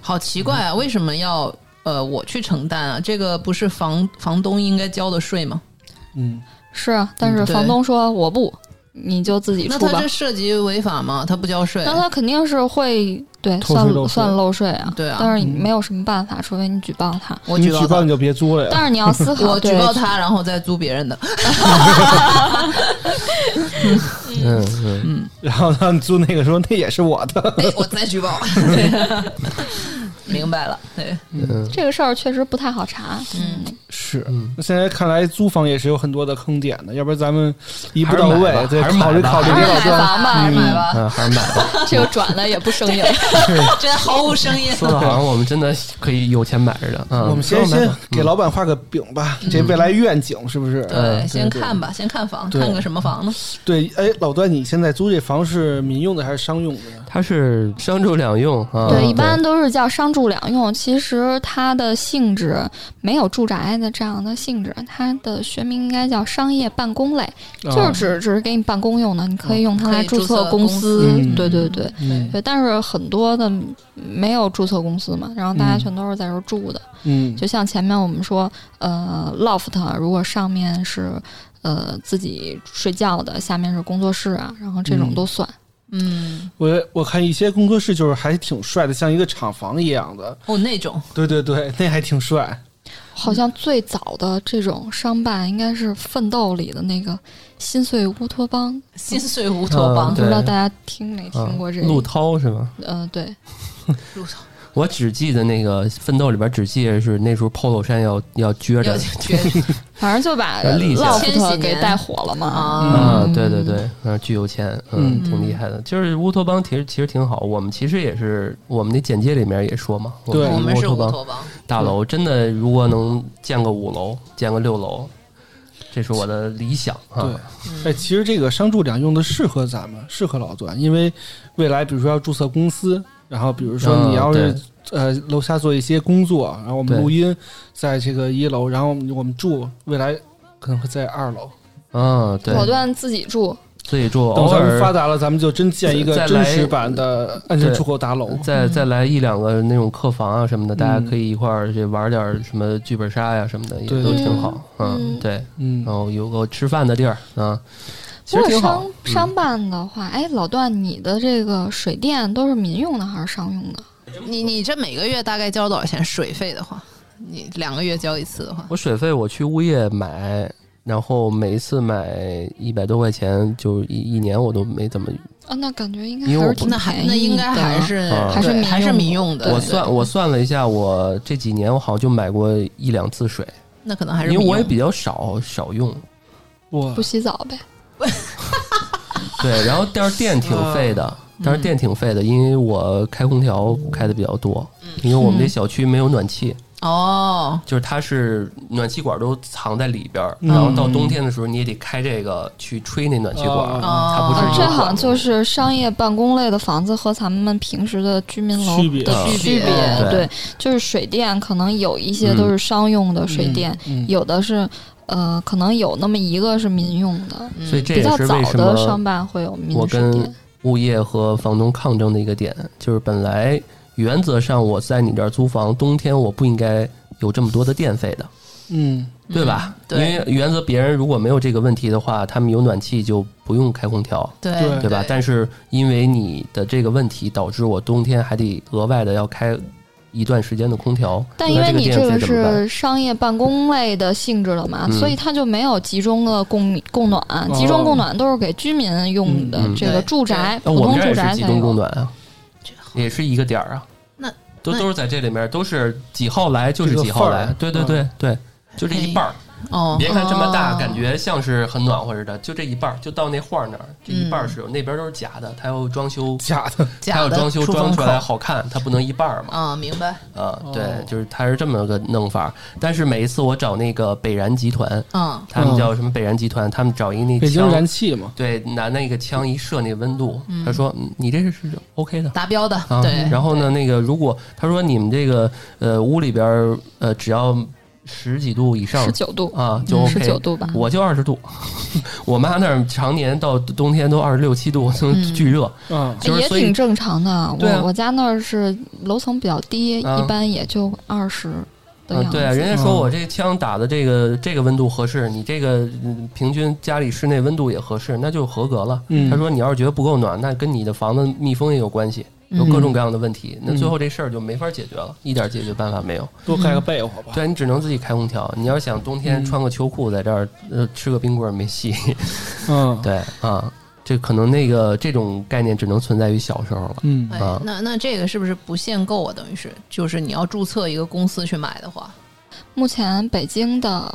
[SPEAKER 3] 好奇怪啊，为什么要呃我去承担啊？这个不是房房东应该交的税吗？
[SPEAKER 2] 嗯，
[SPEAKER 1] 是，但是
[SPEAKER 3] 嗯对
[SPEAKER 1] 房东说我不，你就自己
[SPEAKER 3] 那
[SPEAKER 1] 出吧
[SPEAKER 3] 他这。涉及违法吗？他不交税，
[SPEAKER 1] 那他肯定是会对
[SPEAKER 2] 偷税
[SPEAKER 1] 算
[SPEAKER 2] 漏税
[SPEAKER 1] 算漏税啊，
[SPEAKER 3] 对啊
[SPEAKER 1] 但是你没有什么办法，除非你举报他。
[SPEAKER 3] 我
[SPEAKER 2] 你
[SPEAKER 3] 举
[SPEAKER 4] 嗯
[SPEAKER 2] 举
[SPEAKER 3] 报
[SPEAKER 2] 报
[SPEAKER 3] 他
[SPEAKER 2] 你就别租了呀。
[SPEAKER 1] 但是你要
[SPEAKER 3] <laughs>
[SPEAKER 1] 思考，
[SPEAKER 3] 我举
[SPEAKER 1] 啊对
[SPEAKER 3] 报他，然后再租
[SPEAKER 1] <laughs>
[SPEAKER 3] 别人的。
[SPEAKER 4] 嗯嗯，
[SPEAKER 2] <laughs> 然后他们租那个说那也是我
[SPEAKER 3] <laughs>
[SPEAKER 2] 的，
[SPEAKER 3] 哎，我再举
[SPEAKER 1] <laughs>
[SPEAKER 3] 报。明白了，对，
[SPEAKER 1] 这个事儿确实不太好查。嗯，
[SPEAKER 2] 是
[SPEAKER 4] 嗯。
[SPEAKER 2] 那现在看来租房也是有很多的坑点的，要不然咱们一步到
[SPEAKER 4] 还是买
[SPEAKER 2] 位
[SPEAKER 4] 吧，
[SPEAKER 2] 再
[SPEAKER 4] 还是买吧
[SPEAKER 2] 考虑考虑
[SPEAKER 1] 还
[SPEAKER 2] 这
[SPEAKER 1] 是
[SPEAKER 2] 老
[SPEAKER 1] 买
[SPEAKER 2] 段。
[SPEAKER 1] 房吧，还是买吧。
[SPEAKER 4] 啊，还是买吧。
[SPEAKER 1] 这个转的也不
[SPEAKER 4] <laughs>
[SPEAKER 1] 生硬，
[SPEAKER 3] 真的毫无声音。
[SPEAKER 4] 说的好像我们真的可以有钱买着的。嗯，
[SPEAKER 2] 我们先
[SPEAKER 4] 说买
[SPEAKER 2] 先
[SPEAKER 4] 吧
[SPEAKER 2] 给老板画个饼吧，这未来愿景是不是？
[SPEAKER 4] 嗯
[SPEAKER 3] 对，先
[SPEAKER 2] 对
[SPEAKER 3] 看吧，先看房，
[SPEAKER 2] 对
[SPEAKER 3] 看个什么房呢？
[SPEAKER 2] 对，哎，老段，你现在租这房是民用的还是商用的呀？
[SPEAKER 4] 嗯它是商住两用啊。
[SPEAKER 1] 对，一般都是叫商住两用。其实它的性质没有住宅的这样的性质，它的学名应该叫商业办公类，
[SPEAKER 4] 啊
[SPEAKER 2] 嗯
[SPEAKER 1] 就是只只是给你办公用的，你可以用它
[SPEAKER 3] 可
[SPEAKER 1] 来
[SPEAKER 3] 以注册
[SPEAKER 1] 册
[SPEAKER 3] 公
[SPEAKER 1] 司
[SPEAKER 2] 司。嗯
[SPEAKER 1] 对对对。
[SPEAKER 2] 嗯
[SPEAKER 1] 对，但是很多的没有注册公司嘛，然后大家全都是在这儿住的。
[SPEAKER 2] 嗯，
[SPEAKER 1] 就像前面我们说，呃，loft 如果上面是呃自己睡觉的，下面是工作室啊，然后这种
[SPEAKER 2] 嗯
[SPEAKER 1] 都算。
[SPEAKER 3] 嗯，
[SPEAKER 2] 我我看一些工作室就是还挺帅的，像一个厂房一样的。
[SPEAKER 3] 哦，那
[SPEAKER 4] <laughs>
[SPEAKER 3] 种
[SPEAKER 2] 对对对，那还挺帅。
[SPEAKER 1] 好像最早的这种商办应该是《奋斗》里的那个新碎乌托邦，
[SPEAKER 3] 心碎乌托邦
[SPEAKER 4] 嗯
[SPEAKER 1] 不
[SPEAKER 4] 对
[SPEAKER 1] 知道大家听没听过这个？
[SPEAKER 4] 嗯陆涛是吧？
[SPEAKER 1] 呃，对，
[SPEAKER 4] 我只记得那个《奋斗》里边只记得是那时候 polo 衫要要撅
[SPEAKER 3] 要
[SPEAKER 4] 着
[SPEAKER 3] 绝
[SPEAKER 1] 反正就把
[SPEAKER 4] 要立起来
[SPEAKER 1] 老
[SPEAKER 3] 千禧
[SPEAKER 1] 夫给
[SPEAKER 3] 年
[SPEAKER 1] 带火了
[SPEAKER 4] <laughs>
[SPEAKER 1] 嘛。
[SPEAKER 3] 啊，
[SPEAKER 4] 啊，对对对，嗯，巨有钱，嗯，
[SPEAKER 2] 嗯
[SPEAKER 4] 挺厉害的。就是乌托邦，其实其实挺好。我们其实也是，我们那简介里面也说嘛，
[SPEAKER 2] 对
[SPEAKER 3] 我们
[SPEAKER 4] 乌
[SPEAKER 3] 是乌
[SPEAKER 4] 托邦
[SPEAKER 3] 托邦，
[SPEAKER 4] 大楼，真的如果能建个五楼，建个六楼，这是我的理想
[SPEAKER 2] 对
[SPEAKER 4] 啊。，
[SPEAKER 2] 哎，其实这个商住两用的适合咱们，适合老段，因为未来比如说要注册公司，然后比如说
[SPEAKER 4] 嗯
[SPEAKER 2] 你要是、
[SPEAKER 4] 对
[SPEAKER 2] 呃楼下做一些工作，然后我们
[SPEAKER 4] 对
[SPEAKER 2] 录音在这个一楼，然后我们我们住未来可能会在二楼。
[SPEAKER 4] 嗯，对，
[SPEAKER 1] 果断自己住，
[SPEAKER 4] 自己住，
[SPEAKER 2] 等
[SPEAKER 4] 偶
[SPEAKER 2] 咱们发
[SPEAKER 4] 尔
[SPEAKER 2] 达了，咱们就真建一个
[SPEAKER 4] 再再
[SPEAKER 2] 真
[SPEAKER 4] 来
[SPEAKER 2] 实版的安全出口大楼。
[SPEAKER 4] 再再来一两个那种客房啊什么的，
[SPEAKER 2] 嗯
[SPEAKER 4] 大家可以一块儿去玩点儿什么剧本杀呀什么的，也
[SPEAKER 2] 对
[SPEAKER 4] 都挺好。
[SPEAKER 1] 嗯
[SPEAKER 4] 嗯，对，
[SPEAKER 2] 嗯
[SPEAKER 4] 然，后有个吃饭的地儿啊，其
[SPEAKER 1] 不过
[SPEAKER 4] 实挺好
[SPEAKER 1] 商。商办的话，哎，老段，你的这个水电都是民用的还是商用的？
[SPEAKER 3] 你你这每个月大概交多少钱水费的话，你两个月交一次的话，
[SPEAKER 4] 我水费我去物业买，然后每一次买一百多块钱，就一一年我都没怎么。
[SPEAKER 1] 啊，那感觉应该
[SPEAKER 4] 因为
[SPEAKER 1] 还
[SPEAKER 4] 我
[SPEAKER 1] 是
[SPEAKER 4] 不
[SPEAKER 1] 挺
[SPEAKER 3] 那还
[SPEAKER 1] 便宜
[SPEAKER 3] 那应该
[SPEAKER 1] 的
[SPEAKER 3] 还是
[SPEAKER 4] 啊
[SPEAKER 1] 还是
[SPEAKER 3] 对
[SPEAKER 1] 民
[SPEAKER 3] 还是
[SPEAKER 1] 用
[SPEAKER 3] 民用的，
[SPEAKER 1] 对
[SPEAKER 4] 我
[SPEAKER 3] 对
[SPEAKER 4] 算我算了一下，我这几年我好像就买过一两次水，
[SPEAKER 3] 那可能还是
[SPEAKER 4] 因为
[SPEAKER 3] 民
[SPEAKER 4] 我也
[SPEAKER 3] 用
[SPEAKER 4] 比较少少用。
[SPEAKER 2] 哇
[SPEAKER 1] 不，洗澡呗。
[SPEAKER 4] <laughs> 对，然后但是电挺费的，但是电挺费的，因为我开空调开的比较多，
[SPEAKER 1] 嗯
[SPEAKER 4] 因为我们这小区没有暖气，
[SPEAKER 3] 哦，
[SPEAKER 4] 就是它是暖气管都藏在里边儿，然后到冬天的时候你也得开这个去吹那暖气管，
[SPEAKER 2] 哦
[SPEAKER 4] 它不是
[SPEAKER 1] 啊，
[SPEAKER 4] 一
[SPEAKER 1] 这
[SPEAKER 4] 个
[SPEAKER 1] 好像
[SPEAKER 4] 管。
[SPEAKER 1] 就是商业办公类的房子和咱们平时的居民楼
[SPEAKER 2] 区别
[SPEAKER 1] 的
[SPEAKER 3] 区
[SPEAKER 1] 区
[SPEAKER 3] 别
[SPEAKER 1] 别。
[SPEAKER 4] 对
[SPEAKER 1] 对，就是水电可能有一些都是商用的水电，
[SPEAKER 2] 嗯，
[SPEAKER 1] 有的是呃，可能有那么一个是民用的。
[SPEAKER 3] 嗯
[SPEAKER 4] 所以这
[SPEAKER 1] 比
[SPEAKER 4] 也
[SPEAKER 1] 较
[SPEAKER 4] 是
[SPEAKER 1] 早
[SPEAKER 4] 为什
[SPEAKER 1] 的商
[SPEAKER 4] 么
[SPEAKER 1] 办会有民
[SPEAKER 4] 我
[SPEAKER 1] 水
[SPEAKER 4] 跟
[SPEAKER 1] 电，
[SPEAKER 4] 物业和房东抗争的一个点，就是本来原则上我在你这儿租房，冬天我不应该有这么多的电费的。 <laughs>
[SPEAKER 2] 嗯，
[SPEAKER 4] 对吧？
[SPEAKER 3] 对
[SPEAKER 4] 因为原则别人如果没有这个问题的话，他们有暖气就不用开空调，
[SPEAKER 2] 对
[SPEAKER 4] 对吧？但是因为你的这个问题，导致我冬天还得额外的要开一段时间的空调。
[SPEAKER 1] 但因为你
[SPEAKER 4] 那
[SPEAKER 1] 这
[SPEAKER 4] 这
[SPEAKER 1] 个
[SPEAKER 4] 电费怎么办？
[SPEAKER 1] 是商业办公类的性质了嘛，
[SPEAKER 4] 嗯
[SPEAKER 1] 所以它就没有集中的供供暖，集中供暖都是给居民用的
[SPEAKER 4] 哦嗯嗯
[SPEAKER 1] 这个
[SPEAKER 3] 对
[SPEAKER 1] 住宅，
[SPEAKER 4] 那
[SPEAKER 1] 普
[SPEAKER 4] 我们
[SPEAKER 1] 通
[SPEAKER 4] 这
[SPEAKER 1] 住
[SPEAKER 4] 儿也
[SPEAKER 1] 宅
[SPEAKER 4] 是集
[SPEAKER 1] 才
[SPEAKER 4] 中供
[SPEAKER 1] 有。
[SPEAKER 4] 暖啊，也是一个点儿啊。
[SPEAKER 3] 那
[SPEAKER 4] 都
[SPEAKER 3] 那
[SPEAKER 4] 都是在这里面，都是几号来就是
[SPEAKER 2] 这个
[SPEAKER 4] 几号
[SPEAKER 2] 份儿啊嗯
[SPEAKER 4] 来，对对对对，就这一半儿。
[SPEAKER 1] 哎
[SPEAKER 3] 哦，
[SPEAKER 4] 别看这么大，
[SPEAKER 3] 哦
[SPEAKER 4] 感觉像是很暖和似的，就这一半儿，就到那画儿那儿，这一
[SPEAKER 1] 嗯
[SPEAKER 4] 半儿是有，那边都是假的，它要装修
[SPEAKER 2] 假的，
[SPEAKER 4] 它
[SPEAKER 3] 假
[SPEAKER 4] 要
[SPEAKER 3] 的
[SPEAKER 4] 装修
[SPEAKER 3] 出
[SPEAKER 4] 装
[SPEAKER 3] 风
[SPEAKER 4] 出来
[SPEAKER 3] 口
[SPEAKER 4] 好看，它不能一半儿嘛。
[SPEAKER 3] 啊，明白
[SPEAKER 4] 啊，
[SPEAKER 2] 哦
[SPEAKER 4] 对，就是它是这么个弄法儿。但是每一次我找那个北燃集团，
[SPEAKER 3] 嗯，
[SPEAKER 4] 他们叫什么北燃集团，他们找一那
[SPEAKER 2] 北京
[SPEAKER 4] 枪
[SPEAKER 2] 燃，气嘛。
[SPEAKER 4] 对，拿那个枪一射那温度，他说嗯你这是是 OK 的。
[SPEAKER 3] 达标的，
[SPEAKER 4] 啊
[SPEAKER 3] 对，，
[SPEAKER 4] 然后呢？那个，如果他说你们这个呃屋里边儿呃只要十几度以上
[SPEAKER 1] 十九度，
[SPEAKER 4] 啊
[SPEAKER 1] 嗯
[SPEAKER 4] 就 OK，
[SPEAKER 1] 十九度吧。
[SPEAKER 4] 我就二十度， <laughs> 我妈那儿常年到冬天都二十六七度，都巨热。
[SPEAKER 2] 啊，
[SPEAKER 4] 就是
[SPEAKER 1] 也
[SPEAKER 4] 所以
[SPEAKER 1] 挺正常的。我、
[SPEAKER 4] 对啊
[SPEAKER 1] 我家那儿是楼层比较低，
[SPEAKER 4] 啊
[SPEAKER 1] 一般也就二十的样
[SPEAKER 4] 啊
[SPEAKER 1] 子。
[SPEAKER 4] 对啊，人
[SPEAKER 2] 嗯
[SPEAKER 4] 家说我这枪打的这个这个温度合适，你这个嗯平均家里室内温度也合适，那就合格了。
[SPEAKER 2] 嗯
[SPEAKER 4] 他说你要是觉得不够暖，那跟你的房子密封也有关系，有各种各样的问题，那
[SPEAKER 2] 嗯
[SPEAKER 4] 最后这事儿就没法解决了，一点解决办法没有。
[SPEAKER 2] 多盖个被窝吧。
[SPEAKER 4] 对，你只能自己开空调。你要是想冬天穿个秋裤在这儿，呃，吃个冰棍儿没戏。 <laughs>
[SPEAKER 2] 嗯，
[SPEAKER 4] 对啊，这可能那个这种概念只能存在于小时候了。
[SPEAKER 2] 嗯，
[SPEAKER 3] 哎
[SPEAKER 4] 啊，
[SPEAKER 3] 那那这个是不是不限购啊？等于是，就是你要注册一个公司去买的话，
[SPEAKER 1] 目前北京的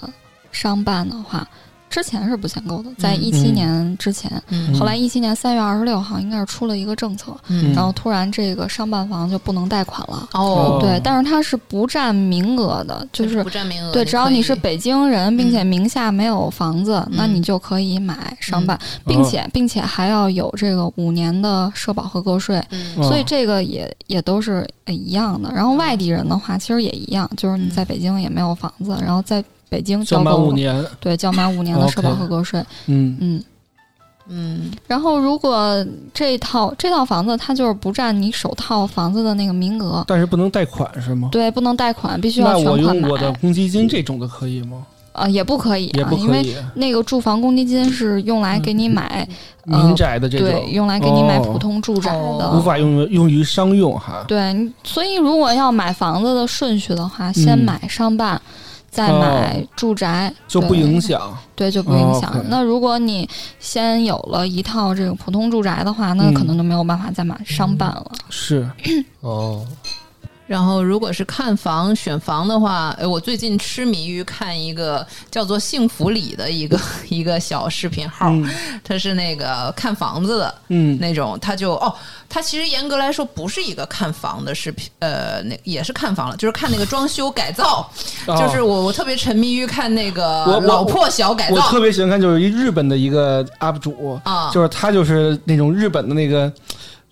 [SPEAKER 1] 商办的话，之前是不限购的，在
[SPEAKER 3] 嗯
[SPEAKER 1] 一七年之前，
[SPEAKER 3] 嗯
[SPEAKER 1] 后来一七年三月二十六号应该是出了一个政策，
[SPEAKER 3] 嗯
[SPEAKER 1] 然后突然这个商办房就不能贷款了。
[SPEAKER 2] 哦
[SPEAKER 1] 对，但是它是不占名额的，就
[SPEAKER 3] 就是
[SPEAKER 1] 是
[SPEAKER 3] 不占名额，
[SPEAKER 1] 对，
[SPEAKER 3] 可以嗯
[SPEAKER 1] 只要你是北京人，并且名下没有房子，那你就可以买商办，
[SPEAKER 2] 哦
[SPEAKER 1] 并
[SPEAKER 2] 啊
[SPEAKER 1] 且并且还要有这个五年的社保和个税，
[SPEAKER 3] 嗯
[SPEAKER 2] 哦
[SPEAKER 1] 所以这个也也都是呃一样的。然后外地人的话，其实也一样，就是你
[SPEAKER 3] 嗯
[SPEAKER 1] 在北京也没有房子，然后在北京交
[SPEAKER 2] 相满
[SPEAKER 1] 够
[SPEAKER 2] 五年，哦
[SPEAKER 1] 对，交满五年的
[SPEAKER 2] OK
[SPEAKER 1] 社保和个税，
[SPEAKER 2] 嗯
[SPEAKER 1] 嗯。
[SPEAKER 3] 嗯
[SPEAKER 1] 然后，如果这套这套房子它就是不占你首套房子的那个名额，
[SPEAKER 2] 但是不能贷款是吗？
[SPEAKER 1] 对，不能贷款，必须
[SPEAKER 2] 那
[SPEAKER 1] 要全
[SPEAKER 2] 我
[SPEAKER 1] 款
[SPEAKER 2] 用
[SPEAKER 1] 买
[SPEAKER 2] 我的公积金这种的可以吗？
[SPEAKER 1] 啊、也不可以
[SPEAKER 2] 也
[SPEAKER 1] 啊，
[SPEAKER 2] 不
[SPEAKER 1] 因
[SPEAKER 2] 可
[SPEAKER 1] 为
[SPEAKER 2] 以。
[SPEAKER 1] 那个住房公积金是用来给你买，呃
[SPEAKER 2] 民宅的这
[SPEAKER 1] 对，
[SPEAKER 2] 种
[SPEAKER 1] 用来给你买
[SPEAKER 2] 哦
[SPEAKER 1] 普通住宅的。
[SPEAKER 2] 无法用于用于商用哈。
[SPEAKER 1] 对，你所以如果要买房子的顺序的话，先
[SPEAKER 2] 嗯哦
[SPEAKER 1] 买商办，再买住宅，
[SPEAKER 2] 就不
[SPEAKER 1] 对
[SPEAKER 2] 影。响。
[SPEAKER 1] 对，就不影响。
[SPEAKER 2] 哦，OK
[SPEAKER 1] 那如果你先有了一套这个普通住宅的话，那
[SPEAKER 2] 嗯
[SPEAKER 1] 可能就没有办法再买商办了。
[SPEAKER 2] 是，
[SPEAKER 4] 哦，
[SPEAKER 3] 然后，如果是看房选房的话，哎，我最近痴迷于看一个叫做“幸福里”的一个 <laughs> 一个小视频号，
[SPEAKER 2] 嗯
[SPEAKER 3] 它是那个看房子的
[SPEAKER 2] 嗯
[SPEAKER 3] 那种，他就哦，他其实严格来说不是一个看房的视频，呃，那也是看房了，就是看那个装修改造，
[SPEAKER 2] 哦
[SPEAKER 3] 就是我我特别沉迷于看那
[SPEAKER 2] 我
[SPEAKER 3] 个
[SPEAKER 2] 我
[SPEAKER 3] 老破小改
[SPEAKER 2] 我
[SPEAKER 3] 造
[SPEAKER 2] 特，别喜欢看，就是一日本的一个 UP 主，
[SPEAKER 1] 哦
[SPEAKER 3] 啊
[SPEAKER 2] 就是他就是那种日本的那个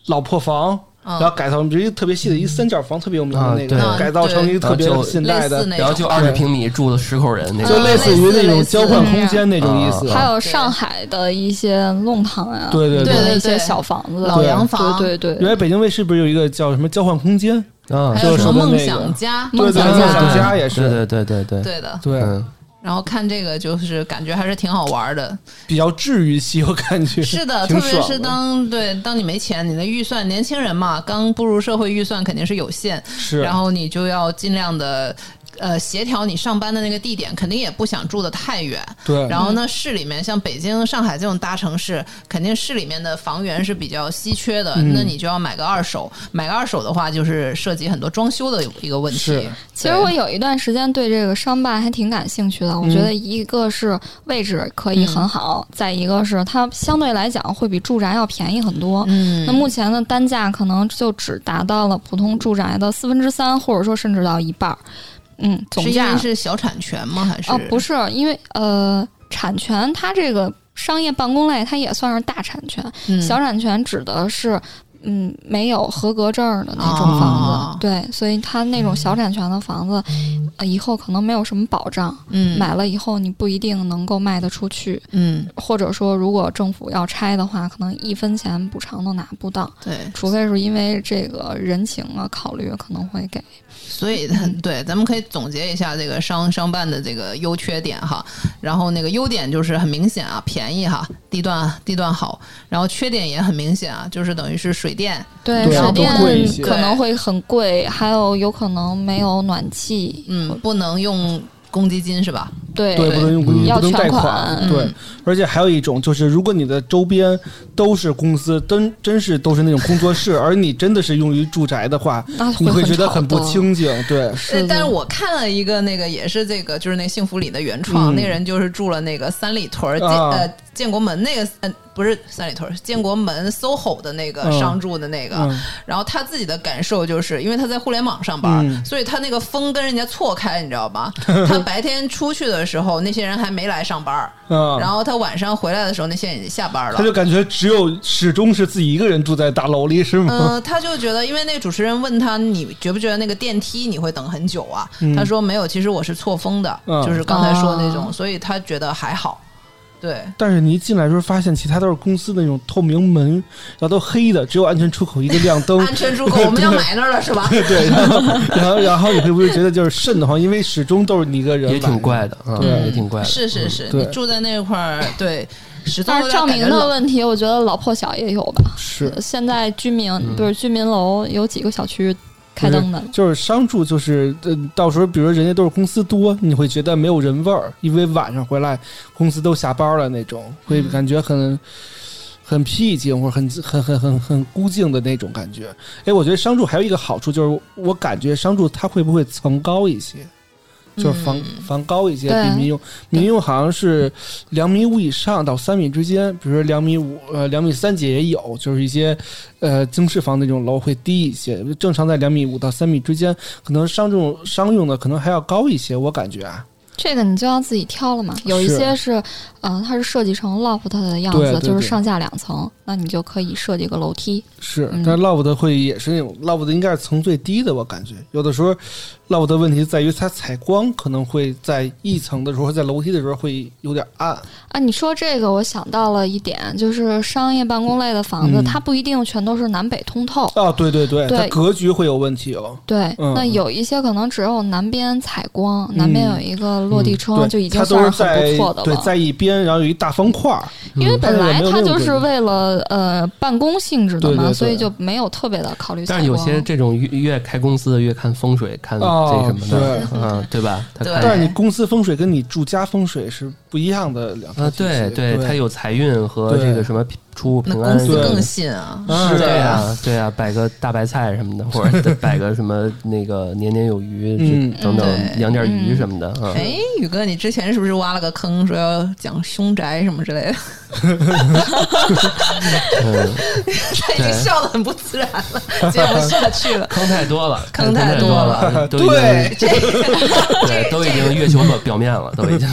[SPEAKER 2] 老破房，
[SPEAKER 3] 嗯
[SPEAKER 2] 然后改造，比如一个特别细的一三角房，特别有名的那个，
[SPEAKER 4] 啊
[SPEAKER 3] 对
[SPEAKER 2] 改造成一个特别
[SPEAKER 4] 啊就啊
[SPEAKER 2] 现代的，
[SPEAKER 3] 类似那种
[SPEAKER 4] 然后就二十平米住了十口人那
[SPEAKER 2] 就
[SPEAKER 4] 种。
[SPEAKER 2] 类似于那种交换
[SPEAKER 1] 类似啊
[SPEAKER 2] 空间那种意思。
[SPEAKER 4] 对
[SPEAKER 1] 还有上海的一些弄堂呀、
[SPEAKER 2] 对对
[SPEAKER 1] 的
[SPEAKER 2] 对
[SPEAKER 3] 对
[SPEAKER 1] 一些
[SPEAKER 3] 对
[SPEAKER 1] 小房子、
[SPEAKER 3] 老洋房
[SPEAKER 1] 对对
[SPEAKER 2] 原
[SPEAKER 1] 对，
[SPEAKER 2] 来北京卫视不是有一个叫什么交换空间？
[SPEAKER 4] 啊，
[SPEAKER 3] 还
[SPEAKER 2] 就
[SPEAKER 3] 有
[SPEAKER 2] 是
[SPEAKER 3] 什
[SPEAKER 2] 说
[SPEAKER 3] 么
[SPEAKER 2] 的那
[SPEAKER 3] 梦
[SPEAKER 2] 个
[SPEAKER 3] 想家，
[SPEAKER 1] 梦
[SPEAKER 2] 对
[SPEAKER 1] 想
[SPEAKER 2] 对
[SPEAKER 1] 家
[SPEAKER 2] 梦想家也是
[SPEAKER 4] 对对对对对，
[SPEAKER 3] 对的，
[SPEAKER 2] 啊对，
[SPEAKER 4] 嗯，
[SPEAKER 3] 然后看这个就是感觉还是挺好玩
[SPEAKER 1] <laughs>
[SPEAKER 3] 的，
[SPEAKER 2] 比较治愈系，我感觉
[SPEAKER 3] 是的，特
[SPEAKER 2] 挺
[SPEAKER 3] 别
[SPEAKER 2] 爽
[SPEAKER 3] 是当对当你没钱，你的预算，年轻人嘛，刚步入社会，预算肯定是有限，
[SPEAKER 2] 是
[SPEAKER 3] 然后你就要尽量的。呃，协调你上班的那个地点，肯定也不想住的太远。
[SPEAKER 2] 对，
[SPEAKER 3] 然后呢，市里面像北京、上海这种大城市，肯定市里面的房源是比较稀缺的，
[SPEAKER 1] 嗯
[SPEAKER 3] 那你就要买个二手。买个二手的话，就是涉及很多装修的一个问
[SPEAKER 2] 是
[SPEAKER 3] 题。
[SPEAKER 1] 其实我有一段时间对这个商办还挺感兴趣的。
[SPEAKER 2] 嗯
[SPEAKER 1] 我觉得一个是位置可以很好，再一个是它相对来讲会比住宅要便宜很多。
[SPEAKER 3] 嗯
[SPEAKER 1] 哦那目前的单价可能就只达到了普通住宅的四分之三，或者说甚至到一半儿。嗯，总
[SPEAKER 3] 是因
[SPEAKER 1] 价
[SPEAKER 3] 为是小产权吗？还是
[SPEAKER 1] 哦，不是，因为呃，产权它这个商业办公类它也算是大产权，
[SPEAKER 3] 是
[SPEAKER 1] 小产权指的是。嗯，没有合格证儿的那种房子，
[SPEAKER 3] 哦
[SPEAKER 1] 对，所以它那种小产权的房子，呃，以后可能没有什么保障，
[SPEAKER 3] 嗯
[SPEAKER 1] 买了以后你不一定能够卖得出去，
[SPEAKER 3] 嗯
[SPEAKER 1] 或者说如果政府要拆的话，可能一分钱补偿都拿不到，
[SPEAKER 3] 对，
[SPEAKER 1] 除非是因为这个人情啊考虑，可能会给。
[SPEAKER 3] 所以，
[SPEAKER 2] <laughs>
[SPEAKER 3] 对，咱们可以总结一下这个商商办的这个优缺点哈。然后那个优点就是很明显啊，便宜哈，地段地段好。然后缺点也很明显啊，就是等于是水电，
[SPEAKER 1] 对，
[SPEAKER 2] 对
[SPEAKER 1] 水
[SPEAKER 2] 都
[SPEAKER 1] 电
[SPEAKER 2] 贵一些
[SPEAKER 1] 可能会很贵，还有有可能没有暖气，
[SPEAKER 3] 嗯，不能用公积金是吧？嗯呃
[SPEAKER 1] 对
[SPEAKER 2] 对，不能用公积金，
[SPEAKER 1] 要
[SPEAKER 2] 不能贷
[SPEAKER 1] 全款
[SPEAKER 2] 对，而且还有一种就是，如果你的周边都是公司，真真是都是那种工作室，而你真的是用于住宅的话，
[SPEAKER 1] 那
[SPEAKER 2] 你会
[SPEAKER 1] 很
[SPEAKER 2] 觉得
[SPEAKER 1] 吵
[SPEAKER 2] 很不
[SPEAKER 1] 的。
[SPEAKER 2] 清静。对，
[SPEAKER 1] 是的
[SPEAKER 3] 但是我看了一个那个也是这个，就是那幸福里的原创，
[SPEAKER 2] 嗯
[SPEAKER 3] 那个人就是住了那个三里屯儿建、
[SPEAKER 2] 啊
[SPEAKER 3] 呃建国门那个呃不是三里屯儿建国门 SOHO 的那个
[SPEAKER 2] 嗯
[SPEAKER 3] 商住的那个，
[SPEAKER 2] 嗯
[SPEAKER 3] 然后他自己的感受就是，因为他在互联网上班，
[SPEAKER 2] 嗯
[SPEAKER 3] 所以他那个风跟人家错开，你知
[SPEAKER 2] <laughs>
[SPEAKER 3] 道吧？他白天出去的时候，那些人还没来上班儿，
[SPEAKER 2] 啊，
[SPEAKER 3] 然后他晚上回来的时候，那些人已经下班了
[SPEAKER 2] 他。就感觉只有始终是自己一个人住在大楼里，是吗？
[SPEAKER 3] 嗯，他就觉得，因为那个主持人问他，你觉不觉得那个电梯你会等很久啊？他说没有，其实我是错峰的，
[SPEAKER 2] 嗯
[SPEAKER 3] 就是刚才说的那种，
[SPEAKER 1] 啊
[SPEAKER 3] 所以他觉得还好。对，
[SPEAKER 2] <laughs> 但是你一进来的时候发现，其他都是公司的那种透明门，然后都黑的，只有安全出口一个亮灯。
[SPEAKER 3] 安全出口我们要买那儿了是吧？
[SPEAKER 2] <laughs> 对，然后然后然后你会不会觉得就是瘆得慌？因为始终都是你一个人，
[SPEAKER 4] 也挺。怪的啊，
[SPEAKER 2] 对
[SPEAKER 4] 也挺怪的。嗯
[SPEAKER 3] 是是是，
[SPEAKER 2] 对
[SPEAKER 3] 你住在那块儿，对，始终
[SPEAKER 1] 但
[SPEAKER 3] 有
[SPEAKER 1] 是
[SPEAKER 3] 点
[SPEAKER 1] 照
[SPEAKER 3] 感觉
[SPEAKER 1] 明的
[SPEAKER 3] 冷
[SPEAKER 1] 问题，我觉得老破小也有吧。
[SPEAKER 2] 是，
[SPEAKER 1] 现在居民，比如居民楼有几个小区开灯的，
[SPEAKER 2] 就是商住，就是呃，到时候比如说人家都是公司多，你会觉得没有人味儿，因为晚上回来公司都下班了那种，会感觉很很僻静或者很很很很很孤静的那种感觉。哎，我觉得商住还有一个好处就是，我感觉商住它会不会层高一些？就是房、房高一些，
[SPEAKER 1] 对
[SPEAKER 2] 比民用民用好像是两米五以上到三米之间，比如说两米五呃两米三几也有，就是一些呃经适房那种楼会低一些，正常在两米五到三米之间，可能商用商用的可能还要高一些，我感觉啊，
[SPEAKER 1] 这个你就要自己挑了嘛。有一
[SPEAKER 2] 是
[SPEAKER 1] 些是，呃，它是设计成 loft 的样
[SPEAKER 2] 对
[SPEAKER 1] 子，
[SPEAKER 2] 对
[SPEAKER 1] 就是
[SPEAKER 2] 对
[SPEAKER 1] 上下两层，那你就可以设计个楼梯。
[SPEAKER 2] 是
[SPEAKER 1] 嗯，
[SPEAKER 2] 但是 loft 会也是那种 loft 应该是层最低的，我感觉有的时候 loft 的问题在于它采光可能会在一层的时候，在楼梯的时候会有点暗，
[SPEAKER 1] 啊，你说这个，我想到了一点，就是商业办公类的房子，
[SPEAKER 2] 嗯
[SPEAKER 1] 它不一定全都是南北通透。
[SPEAKER 2] 哦，对对对，
[SPEAKER 1] 对
[SPEAKER 2] 它格局会有问题哦。
[SPEAKER 1] 对，
[SPEAKER 2] 嗯
[SPEAKER 1] 那
[SPEAKER 2] 嗯
[SPEAKER 1] 有一些可能只有南边采光，南边有一个落地窗，
[SPEAKER 2] 嗯对，
[SPEAKER 1] 就已经
[SPEAKER 2] 它
[SPEAKER 1] 算
[SPEAKER 2] 都是
[SPEAKER 1] 很
[SPEAKER 2] 在
[SPEAKER 1] 不错的
[SPEAKER 2] 对，
[SPEAKER 1] 了。
[SPEAKER 2] 在一边，然后有一大方块儿。
[SPEAKER 1] 因为
[SPEAKER 2] 嗯
[SPEAKER 1] 本
[SPEAKER 2] 它那个
[SPEAKER 1] 来
[SPEAKER 2] 没有
[SPEAKER 1] 它
[SPEAKER 2] 那种
[SPEAKER 1] 就是
[SPEAKER 2] 规矩
[SPEAKER 1] 为了呃办公性质的
[SPEAKER 2] 对对
[SPEAKER 1] 嘛，
[SPEAKER 2] 对
[SPEAKER 1] 所以就没有特别的考虑采啊
[SPEAKER 4] 但
[SPEAKER 1] 光。
[SPEAKER 4] 是有些这种越越开公司的越看风水，看这
[SPEAKER 2] 哦
[SPEAKER 4] 什么的，嗯，对吧？他
[SPEAKER 3] 对
[SPEAKER 4] 看
[SPEAKER 2] 但是你公司风水跟你住家风水是不一样的两套
[SPEAKER 4] 啊，
[SPEAKER 2] 体系
[SPEAKER 4] 对
[SPEAKER 2] 对，
[SPEAKER 4] 它有财运和
[SPEAKER 2] 对
[SPEAKER 4] 这个什么出入
[SPEAKER 3] 那
[SPEAKER 4] 平安
[SPEAKER 3] 公司
[SPEAKER 4] 什么的，
[SPEAKER 3] 更信啊，
[SPEAKER 2] 啊
[SPEAKER 3] 对
[SPEAKER 4] 对
[SPEAKER 3] 啊，
[SPEAKER 4] 啊，对啊，摆个大白菜什么的，或
[SPEAKER 2] <laughs>
[SPEAKER 4] 者摆个什么那个年年有余，
[SPEAKER 2] 嗯
[SPEAKER 4] 这等等
[SPEAKER 3] 对
[SPEAKER 4] 养点鱼什么的啊。
[SPEAKER 3] 哎，宇哥，你之前是不是挖了个坑，说要讲凶宅什么之类的？ <laughs>
[SPEAKER 4] 嗯，
[SPEAKER 3] 他已经笑得很不自然
[SPEAKER 5] <laughs>
[SPEAKER 3] 了，接不下去了。
[SPEAKER 4] 坑太多了，
[SPEAKER 3] 坑太
[SPEAKER 4] 太
[SPEAKER 3] 多
[SPEAKER 4] 了，都已经
[SPEAKER 3] <laughs>
[SPEAKER 2] 对
[SPEAKER 4] 对，都已经月球表表面了，都
[SPEAKER 3] <laughs>
[SPEAKER 4] 已经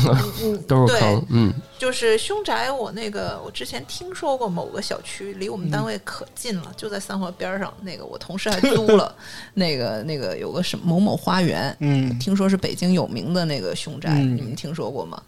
[SPEAKER 4] 都是坑，嗯，
[SPEAKER 5] 就是凶宅，我那个我之前听说过某个小区离我们单位可近了，就在三环边儿上。那个我同事还租
[SPEAKER 3] <laughs>
[SPEAKER 5] 了，
[SPEAKER 3] 那个那个有个什么某某花园，
[SPEAKER 2] 嗯，
[SPEAKER 3] 听说是北京有名的那个凶宅，
[SPEAKER 2] 嗯
[SPEAKER 3] 你们听说过吗？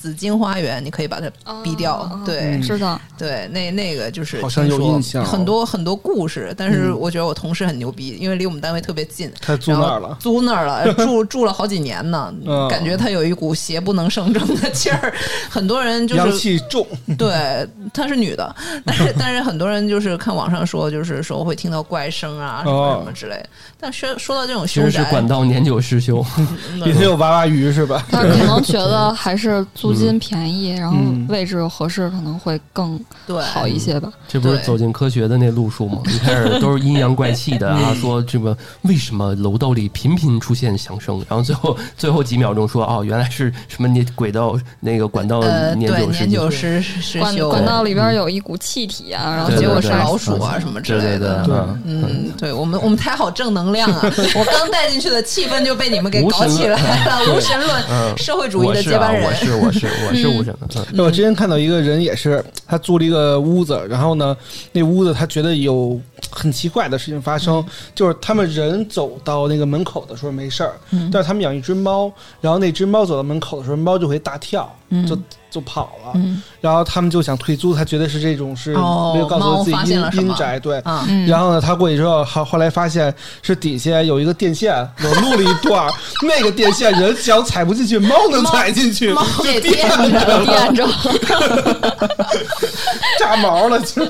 [SPEAKER 3] 紫金花园，你可以把它逼掉。
[SPEAKER 1] 哦
[SPEAKER 3] 对、
[SPEAKER 1] 知道，
[SPEAKER 3] 对，那那个就是
[SPEAKER 2] 好像
[SPEAKER 3] 听
[SPEAKER 2] 有
[SPEAKER 3] 说
[SPEAKER 2] 印象哦
[SPEAKER 3] 很多很多故事。但是
[SPEAKER 2] 嗯
[SPEAKER 3] 我觉得我同事很牛逼，因为离我们单位特别近，
[SPEAKER 2] 他住那儿了。
[SPEAKER 3] 租那儿了，哎住住了好几年呢，
[SPEAKER 2] <laughs> 嗯
[SPEAKER 3] 感觉他有一股邪不能胜正的劲
[SPEAKER 2] <laughs>
[SPEAKER 3] 儿。很多人就
[SPEAKER 2] 阳
[SPEAKER 3] 是
[SPEAKER 2] 气重，
[SPEAKER 3] 对，她是女
[SPEAKER 2] <laughs>
[SPEAKER 3] 的，但是但是很多人就是看网上说，就是说会听到怪声啊什么
[SPEAKER 2] 哦
[SPEAKER 3] 什么之类的。但说说到这种
[SPEAKER 4] 其
[SPEAKER 3] 凶
[SPEAKER 4] 实是
[SPEAKER 3] 宅，
[SPEAKER 4] 管道年久失修，
[SPEAKER 2] 也得有娃娃鱼是吧？
[SPEAKER 1] 但是可能觉
[SPEAKER 4] 嗯
[SPEAKER 1] 得还是租金便宜，然后
[SPEAKER 2] 嗯
[SPEAKER 1] 位置合适，可能会更
[SPEAKER 3] 对
[SPEAKER 1] 好一些吧。
[SPEAKER 4] 这不是
[SPEAKER 3] 对
[SPEAKER 4] 走进科学的那路数
[SPEAKER 3] <laughs>
[SPEAKER 4] 吗？一开始都是阴阳怪气的啊，说这个为什么楼道里频频出现响声，然后最后最后几秒钟说哦，原来是什么你轨道那个管道
[SPEAKER 3] 呃，
[SPEAKER 4] 年
[SPEAKER 3] 对
[SPEAKER 4] 久
[SPEAKER 3] 年
[SPEAKER 4] 失
[SPEAKER 3] 久
[SPEAKER 4] 修，
[SPEAKER 3] 失失
[SPEAKER 1] 管
[SPEAKER 3] 修，
[SPEAKER 1] 管道里边有一股气体啊，然后
[SPEAKER 4] 嗯对对
[SPEAKER 3] 结果是
[SPEAKER 4] 对
[SPEAKER 3] 老鼠啊什么之
[SPEAKER 4] 对对
[SPEAKER 3] 类
[SPEAKER 4] 对
[SPEAKER 3] 的。，
[SPEAKER 4] 嗯
[SPEAKER 3] 嗯，对我们我们太好正能量
[SPEAKER 4] <laughs>
[SPEAKER 3] 啊！我刚带进去的气氛就被你们给搞起来
[SPEAKER 4] <laughs>
[SPEAKER 3] 了，无神论，社会主义
[SPEAKER 4] 我
[SPEAKER 3] 的
[SPEAKER 4] 是
[SPEAKER 3] 接
[SPEAKER 4] 啊
[SPEAKER 3] 班，人
[SPEAKER 4] 我。是我是我是无神论，嗯
[SPEAKER 2] 我之前看到一个人也是，他租了一个屋子，然后呢，那屋子他觉得有很奇怪的事情发
[SPEAKER 3] 嗯
[SPEAKER 2] 生，就是他们人走到那个门口的时候没事儿，
[SPEAKER 3] 嗯
[SPEAKER 2] 但是他们养一只猫，然后那只猫走到门口的时候，猫就会大跳，
[SPEAKER 3] 嗯
[SPEAKER 2] 就就跑了，然后他们就想退租，他觉得是这种是
[SPEAKER 3] 哦
[SPEAKER 2] 没有告诉
[SPEAKER 3] 猫
[SPEAKER 2] 自
[SPEAKER 3] 发
[SPEAKER 2] 己
[SPEAKER 3] 现
[SPEAKER 2] 阴
[SPEAKER 3] 了什么
[SPEAKER 2] 阴宅，对，
[SPEAKER 3] 啊，
[SPEAKER 2] 然后呢，他过去之后，后后来发现是底下有一个电线，我录了一段儿， <laughs> 那个电线人脚踩不进去，猫能踩进去，
[SPEAKER 3] 这天
[SPEAKER 4] <laughs>
[SPEAKER 1] 垫着，
[SPEAKER 2] <laughs> 炸毛了就。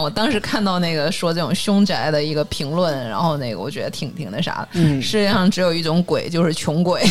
[SPEAKER 3] 我当时看到那个说这种凶宅的一个评论，然后那个我觉得挺挺那啥的。
[SPEAKER 2] 嗯
[SPEAKER 3] 世界上只有一种鬼，就是穷
[SPEAKER 4] <laughs>
[SPEAKER 3] 鬼，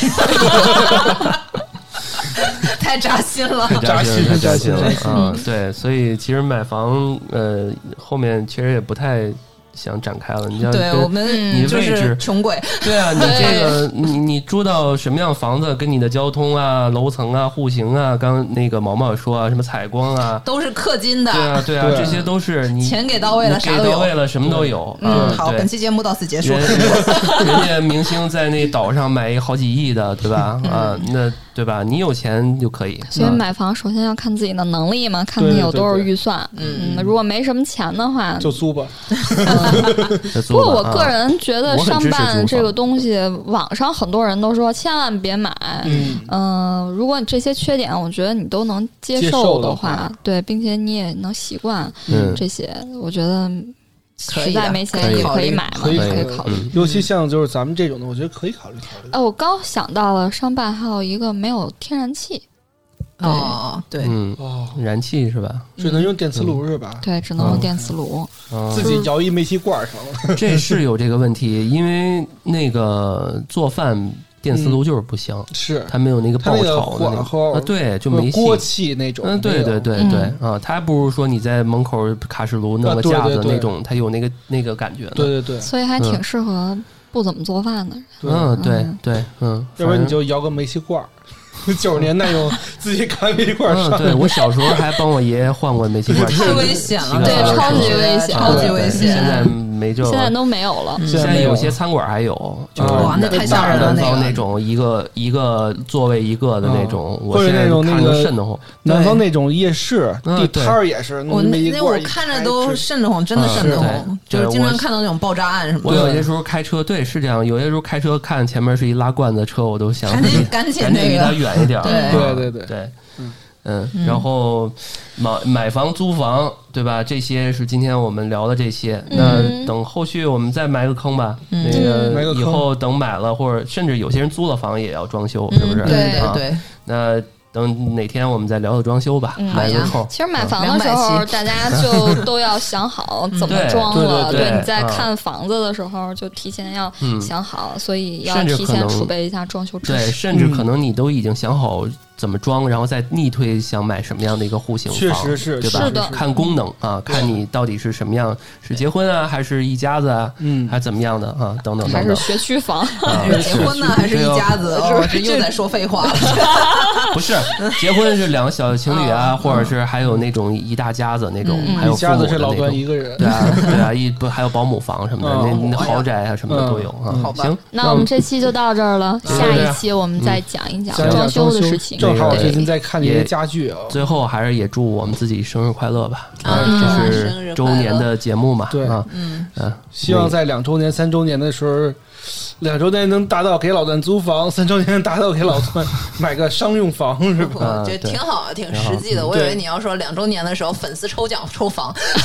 [SPEAKER 3] 太扎心了。
[SPEAKER 2] 扎心
[SPEAKER 4] 太
[SPEAKER 2] 扎心
[SPEAKER 4] <laughs> 扎心了
[SPEAKER 2] 扎心
[SPEAKER 3] 嗯
[SPEAKER 4] 啊！对，所以其实买房，呃，后面确实也不太想展开了。你像
[SPEAKER 3] 对
[SPEAKER 4] 跟
[SPEAKER 3] 我们嗯
[SPEAKER 4] 你
[SPEAKER 3] 就
[SPEAKER 4] 位
[SPEAKER 3] 是
[SPEAKER 4] 置
[SPEAKER 3] 穷鬼，
[SPEAKER 4] <laughs> 对啊，你这个你你住到什么样房子，跟你的交通啊、楼层啊、户型啊，刚刚那个毛毛说啊，什么采光啊，
[SPEAKER 3] 都是氪金的。
[SPEAKER 4] 对啊，对啊，
[SPEAKER 2] 对啊
[SPEAKER 4] 这些都是你
[SPEAKER 3] 钱给到位了
[SPEAKER 4] 你给
[SPEAKER 3] 啥都有
[SPEAKER 4] 到位了，什么都有。
[SPEAKER 3] 嗯，
[SPEAKER 4] 啊
[SPEAKER 3] 好，
[SPEAKER 4] 对
[SPEAKER 3] 本期节目到此结束
[SPEAKER 4] 人。人人家明星在那岛上买一好几亿的，对吧？啊，那对吧？你有钱就可以。啊
[SPEAKER 1] 所以买房首先要看自己的能力嘛，看你有多少预算。嗯，如果没什么钱的话，
[SPEAKER 2] 就租吧。
[SPEAKER 1] 不过我
[SPEAKER 4] 啊
[SPEAKER 1] 个人觉得商办这个东西，网上很多人都说千万别买。嗯、呃，如果你这些缺点，我觉得你都能接受
[SPEAKER 2] 的
[SPEAKER 1] 话，的话对，并且你也能习惯这些，嗯、我觉得。实在没钱也
[SPEAKER 3] 可
[SPEAKER 1] 以买嘛，可
[SPEAKER 2] 以
[SPEAKER 4] 哎
[SPEAKER 1] 考虑。
[SPEAKER 4] 嗯
[SPEAKER 2] 尤其像就是咱们这种的，我觉得可以考虑考虑。
[SPEAKER 1] 哦，我刚想到了，商办还有一个没有天然气。
[SPEAKER 3] 哦，对，
[SPEAKER 4] 嗯，燃气是吧？
[SPEAKER 2] 只能用电磁
[SPEAKER 4] 嗯
[SPEAKER 2] 炉是吧？
[SPEAKER 1] 对，只能用电磁炉。
[SPEAKER 2] 自己摇一煤气罐上了。
[SPEAKER 4] 啊这是有这个问题，因为那个做饭电磁炉 <laughs> 就是不行，
[SPEAKER 2] 是
[SPEAKER 4] 它没有那个爆炒的
[SPEAKER 2] 那个
[SPEAKER 4] 啊，对，就没
[SPEAKER 2] 锅气那种。
[SPEAKER 4] 嗯，对对对对啊，它还不如说你在门口卡式炉
[SPEAKER 2] 啊
[SPEAKER 4] 弄个架子那种，它有那个那个感觉。
[SPEAKER 2] 对对对，
[SPEAKER 1] 所以还挺适合不怎么做饭的人。
[SPEAKER 4] 嗯，对对，嗯，
[SPEAKER 2] 要不然你就摇个煤气罐。九十年代
[SPEAKER 4] <laughs>
[SPEAKER 2] 用自己扛煤气罐上、
[SPEAKER 4] 嗯，对我小时候还帮我爷爷换过煤气罐，
[SPEAKER 3] 太危
[SPEAKER 1] <laughs>
[SPEAKER 3] 险了，
[SPEAKER 1] 对，超级危险，
[SPEAKER 3] 超级危险。
[SPEAKER 4] 现在没这，
[SPEAKER 1] 现在都没有了。嗯、
[SPEAKER 4] 现在有些餐馆还有，
[SPEAKER 2] 啊
[SPEAKER 4] 就是
[SPEAKER 3] 那太吓人了，
[SPEAKER 4] 那种一个一个座位一个的那种，
[SPEAKER 2] 啊或者那种
[SPEAKER 4] 那个瘆得慌。
[SPEAKER 2] 南方那种夜市
[SPEAKER 4] 嗯
[SPEAKER 2] 地摊儿也是，
[SPEAKER 3] 我
[SPEAKER 2] 那
[SPEAKER 3] 我看着都瘆得慌，真的瘆得慌，啊就是经常看到那种爆炸案什么。
[SPEAKER 4] 我有些时候开车，对，是这样。有些时候开车看前面是一拉罐子车，我都想
[SPEAKER 3] 赶紧赶
[SPEAKER 4] 紧
[SPEAKER 3] 那
[SPEAKER 4] 离它远。远一点，啊
[SPEAKER 2] 对对对
[SPEAKER 4] 对，嗯，然后买买房、租房，对吧？这些是今天我们聊的这些。
[SPEAKER 3] 嗯
[SPEAKER 4] 那等后续我们再埋个坑吧。那个以后等买了，或者甚至有些人租了房也要装修，是不是？
[SPEAKER 3] 嗯对嗯
[SPEAKER 4] 对。那等哪天我们再聊聊装修吧，埋个坑。
[SPEAKER 1] 嗯其实买房的时候，大 <laughs> 家就都要想好怎么装了。
[SPEAKER 4] 对，
[SPEAKER 1] 你在看房子的时候，就提前要想好，所以要提前储备一下装修知识。
[SPEAKER 4] 对，甚至
[SPEAKER 2] 嗯
[SPEAKER 4] 可能你都已经想好。怎么装，然后再逆推想买什么样的一个户型房，
[SPEAKER 2] 确实是，
[SPEAKER 4] 对吧？
[SPEAKER 1] 是的，
[SPEAKER 4] 看功能啊，看你到底是什么样，是结婚啊，还是一家子啊，
[SPEAKER 2] 嗯，
[SPEAKER 4] 还怎么样的啊，等等等等，
[SPEAKER 1] 还
[SPEAKER 4] 啊
[SPEAKER 1] 是学区房，
[SPEAKER 3] 结婚呢还啊是一家子，是啊又在说废话了，
[SPEAKER 1] <laughs>
[SPEAKER 4] 不是，结婚是两个小情侣
[SPEAKER 1] 嗯
[SPEAKER 4] 啊，或
[SPEAKER 2] 嗯
[SPEAKER 4] 者是还有那种一大家子那种，还有
[SPEAKER 2] 家子是老段一哦个人，
[SPEAKER 4] 对啊，
[SPEAKER 2] <laughs>
[SPEAKER 4] 对啊，一不还有保姆房什么的，那
[SPEAKER 1] 哎
[SPEAKER 4] 豪宅啊什么的都
[SPEAKER 2] 嗯
[SPEAKER 4] 有啊。行，
[SPEAKER 1] 那我们这期就到这儿了，下一期我们再讲
[SPEAKER 2] 嗯
[SPEAKER 1] 一讲
[SPEAKER 4] 啊
[SPEAKER 1] 装修的事情。
[SPEAKER 2] 正好我最近在看这些家具啊，
[SPEAKER 4] 最后还是也祝我们自己生日快乐吧！
[SPEAKER 3] 啊，
[SPEAKER 1] 嗯
[SPEAKER 4] 这是周年的节目嘛，
[SPEAKER 2] 对
[SPEAKER 4] 啊，
[SPEAKER 3] 嗯
[SPEAKER 4] 嗯，
[SPEAKER 2] 希望在两周年、三周年的时候，两周年能达到给老段租房，三周年能达到给老段买个商用房，是吧？
[SPEAKER 4] 啊
[SPEAKER 3] <laughs> 我觉得挺好，挺实际的。我以为你要说两周年的时候粉丝抽奖抽房， <laughs>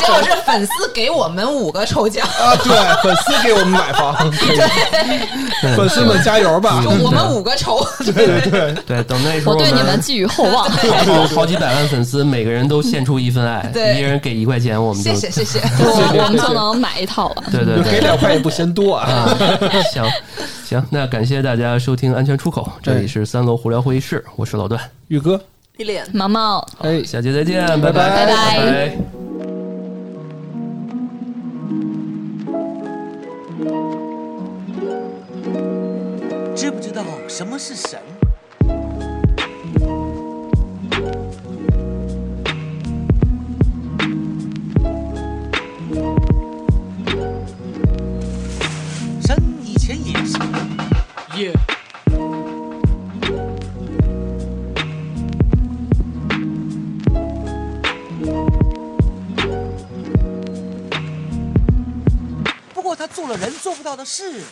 [SPEAKER 3] 结果是粉丝给我们五个抽奖。 <laughs>
[SPEAKER 2] 啊，对，粉丝给我们买房，
[SPEAKER 4] <laughs>
[SPEAKER 2] <laughs> 粉丝们加油吧！
[SPEAKER 3] 我们五个筹，
[SPEAKER 2] 对对对
[SPEAKER 4] 对，等那时
[SPEAKER 1] 我
[SPEAKER 4] 候
[SPEAKER 1] 对你们寄予厚 <laughs> 望。
[SPEAKER 4] 好好几百万
[SPEAKER 3] <laughs>
[SPEAKER 4] 粉丝，每个人都献出一份爱，
[SPEAKER 3] 对
[SPEAKER 4] 一人给一块钱，我们
[SPEAKER 3] <laughs>
[SPEAKER 4] 就
[SPEAKER 3] 谢谢谢谢。 <laughs>
[SPEAKER 1] 我我们就能买一套了。
[SPEAKER 4] 对对
[SPEAKER 2] <laughs> 给
[SPEAKER 4] 对。
[SPEAKER 2] 两块也不嫌多啊！
[SPEAKER 4] 啊，行行，那感谢大家收听《安全出口》，这里是三楼胡聊会议室，我是老段，
[SPEAKER 2] 宇哥，
[SPEAKER 5] 丽莲。
[SPEAKER 1] 毛毛，
[SPEAKER 2] 哎，
[SPEAKER 4] 下期再见，
[SPEAKER 3] 嗯
[SPEAKER 4] 拜
[SPEAKER 2] 拜
[SPEAKER 1] 拜
[SPEAKER 4] 拜
[SPEAKER 6] 知不知道什么是神？神以前也是，
[SPEAKER 7] 耶！
[SPEAKER 6] 不过他做了人做不到的事。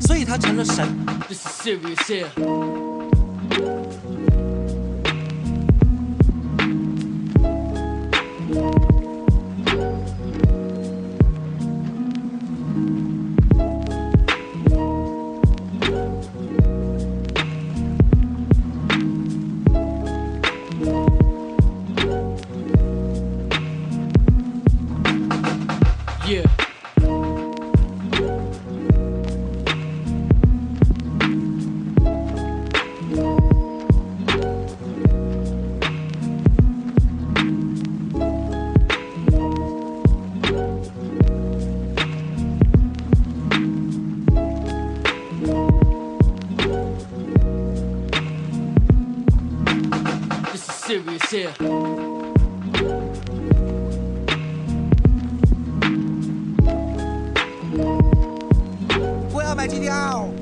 [SPEAKER 6] 所以他成了神。
[SPEAKER 7] This is serious here. Yeah. This is serious here.
[SPEAKER 6] now.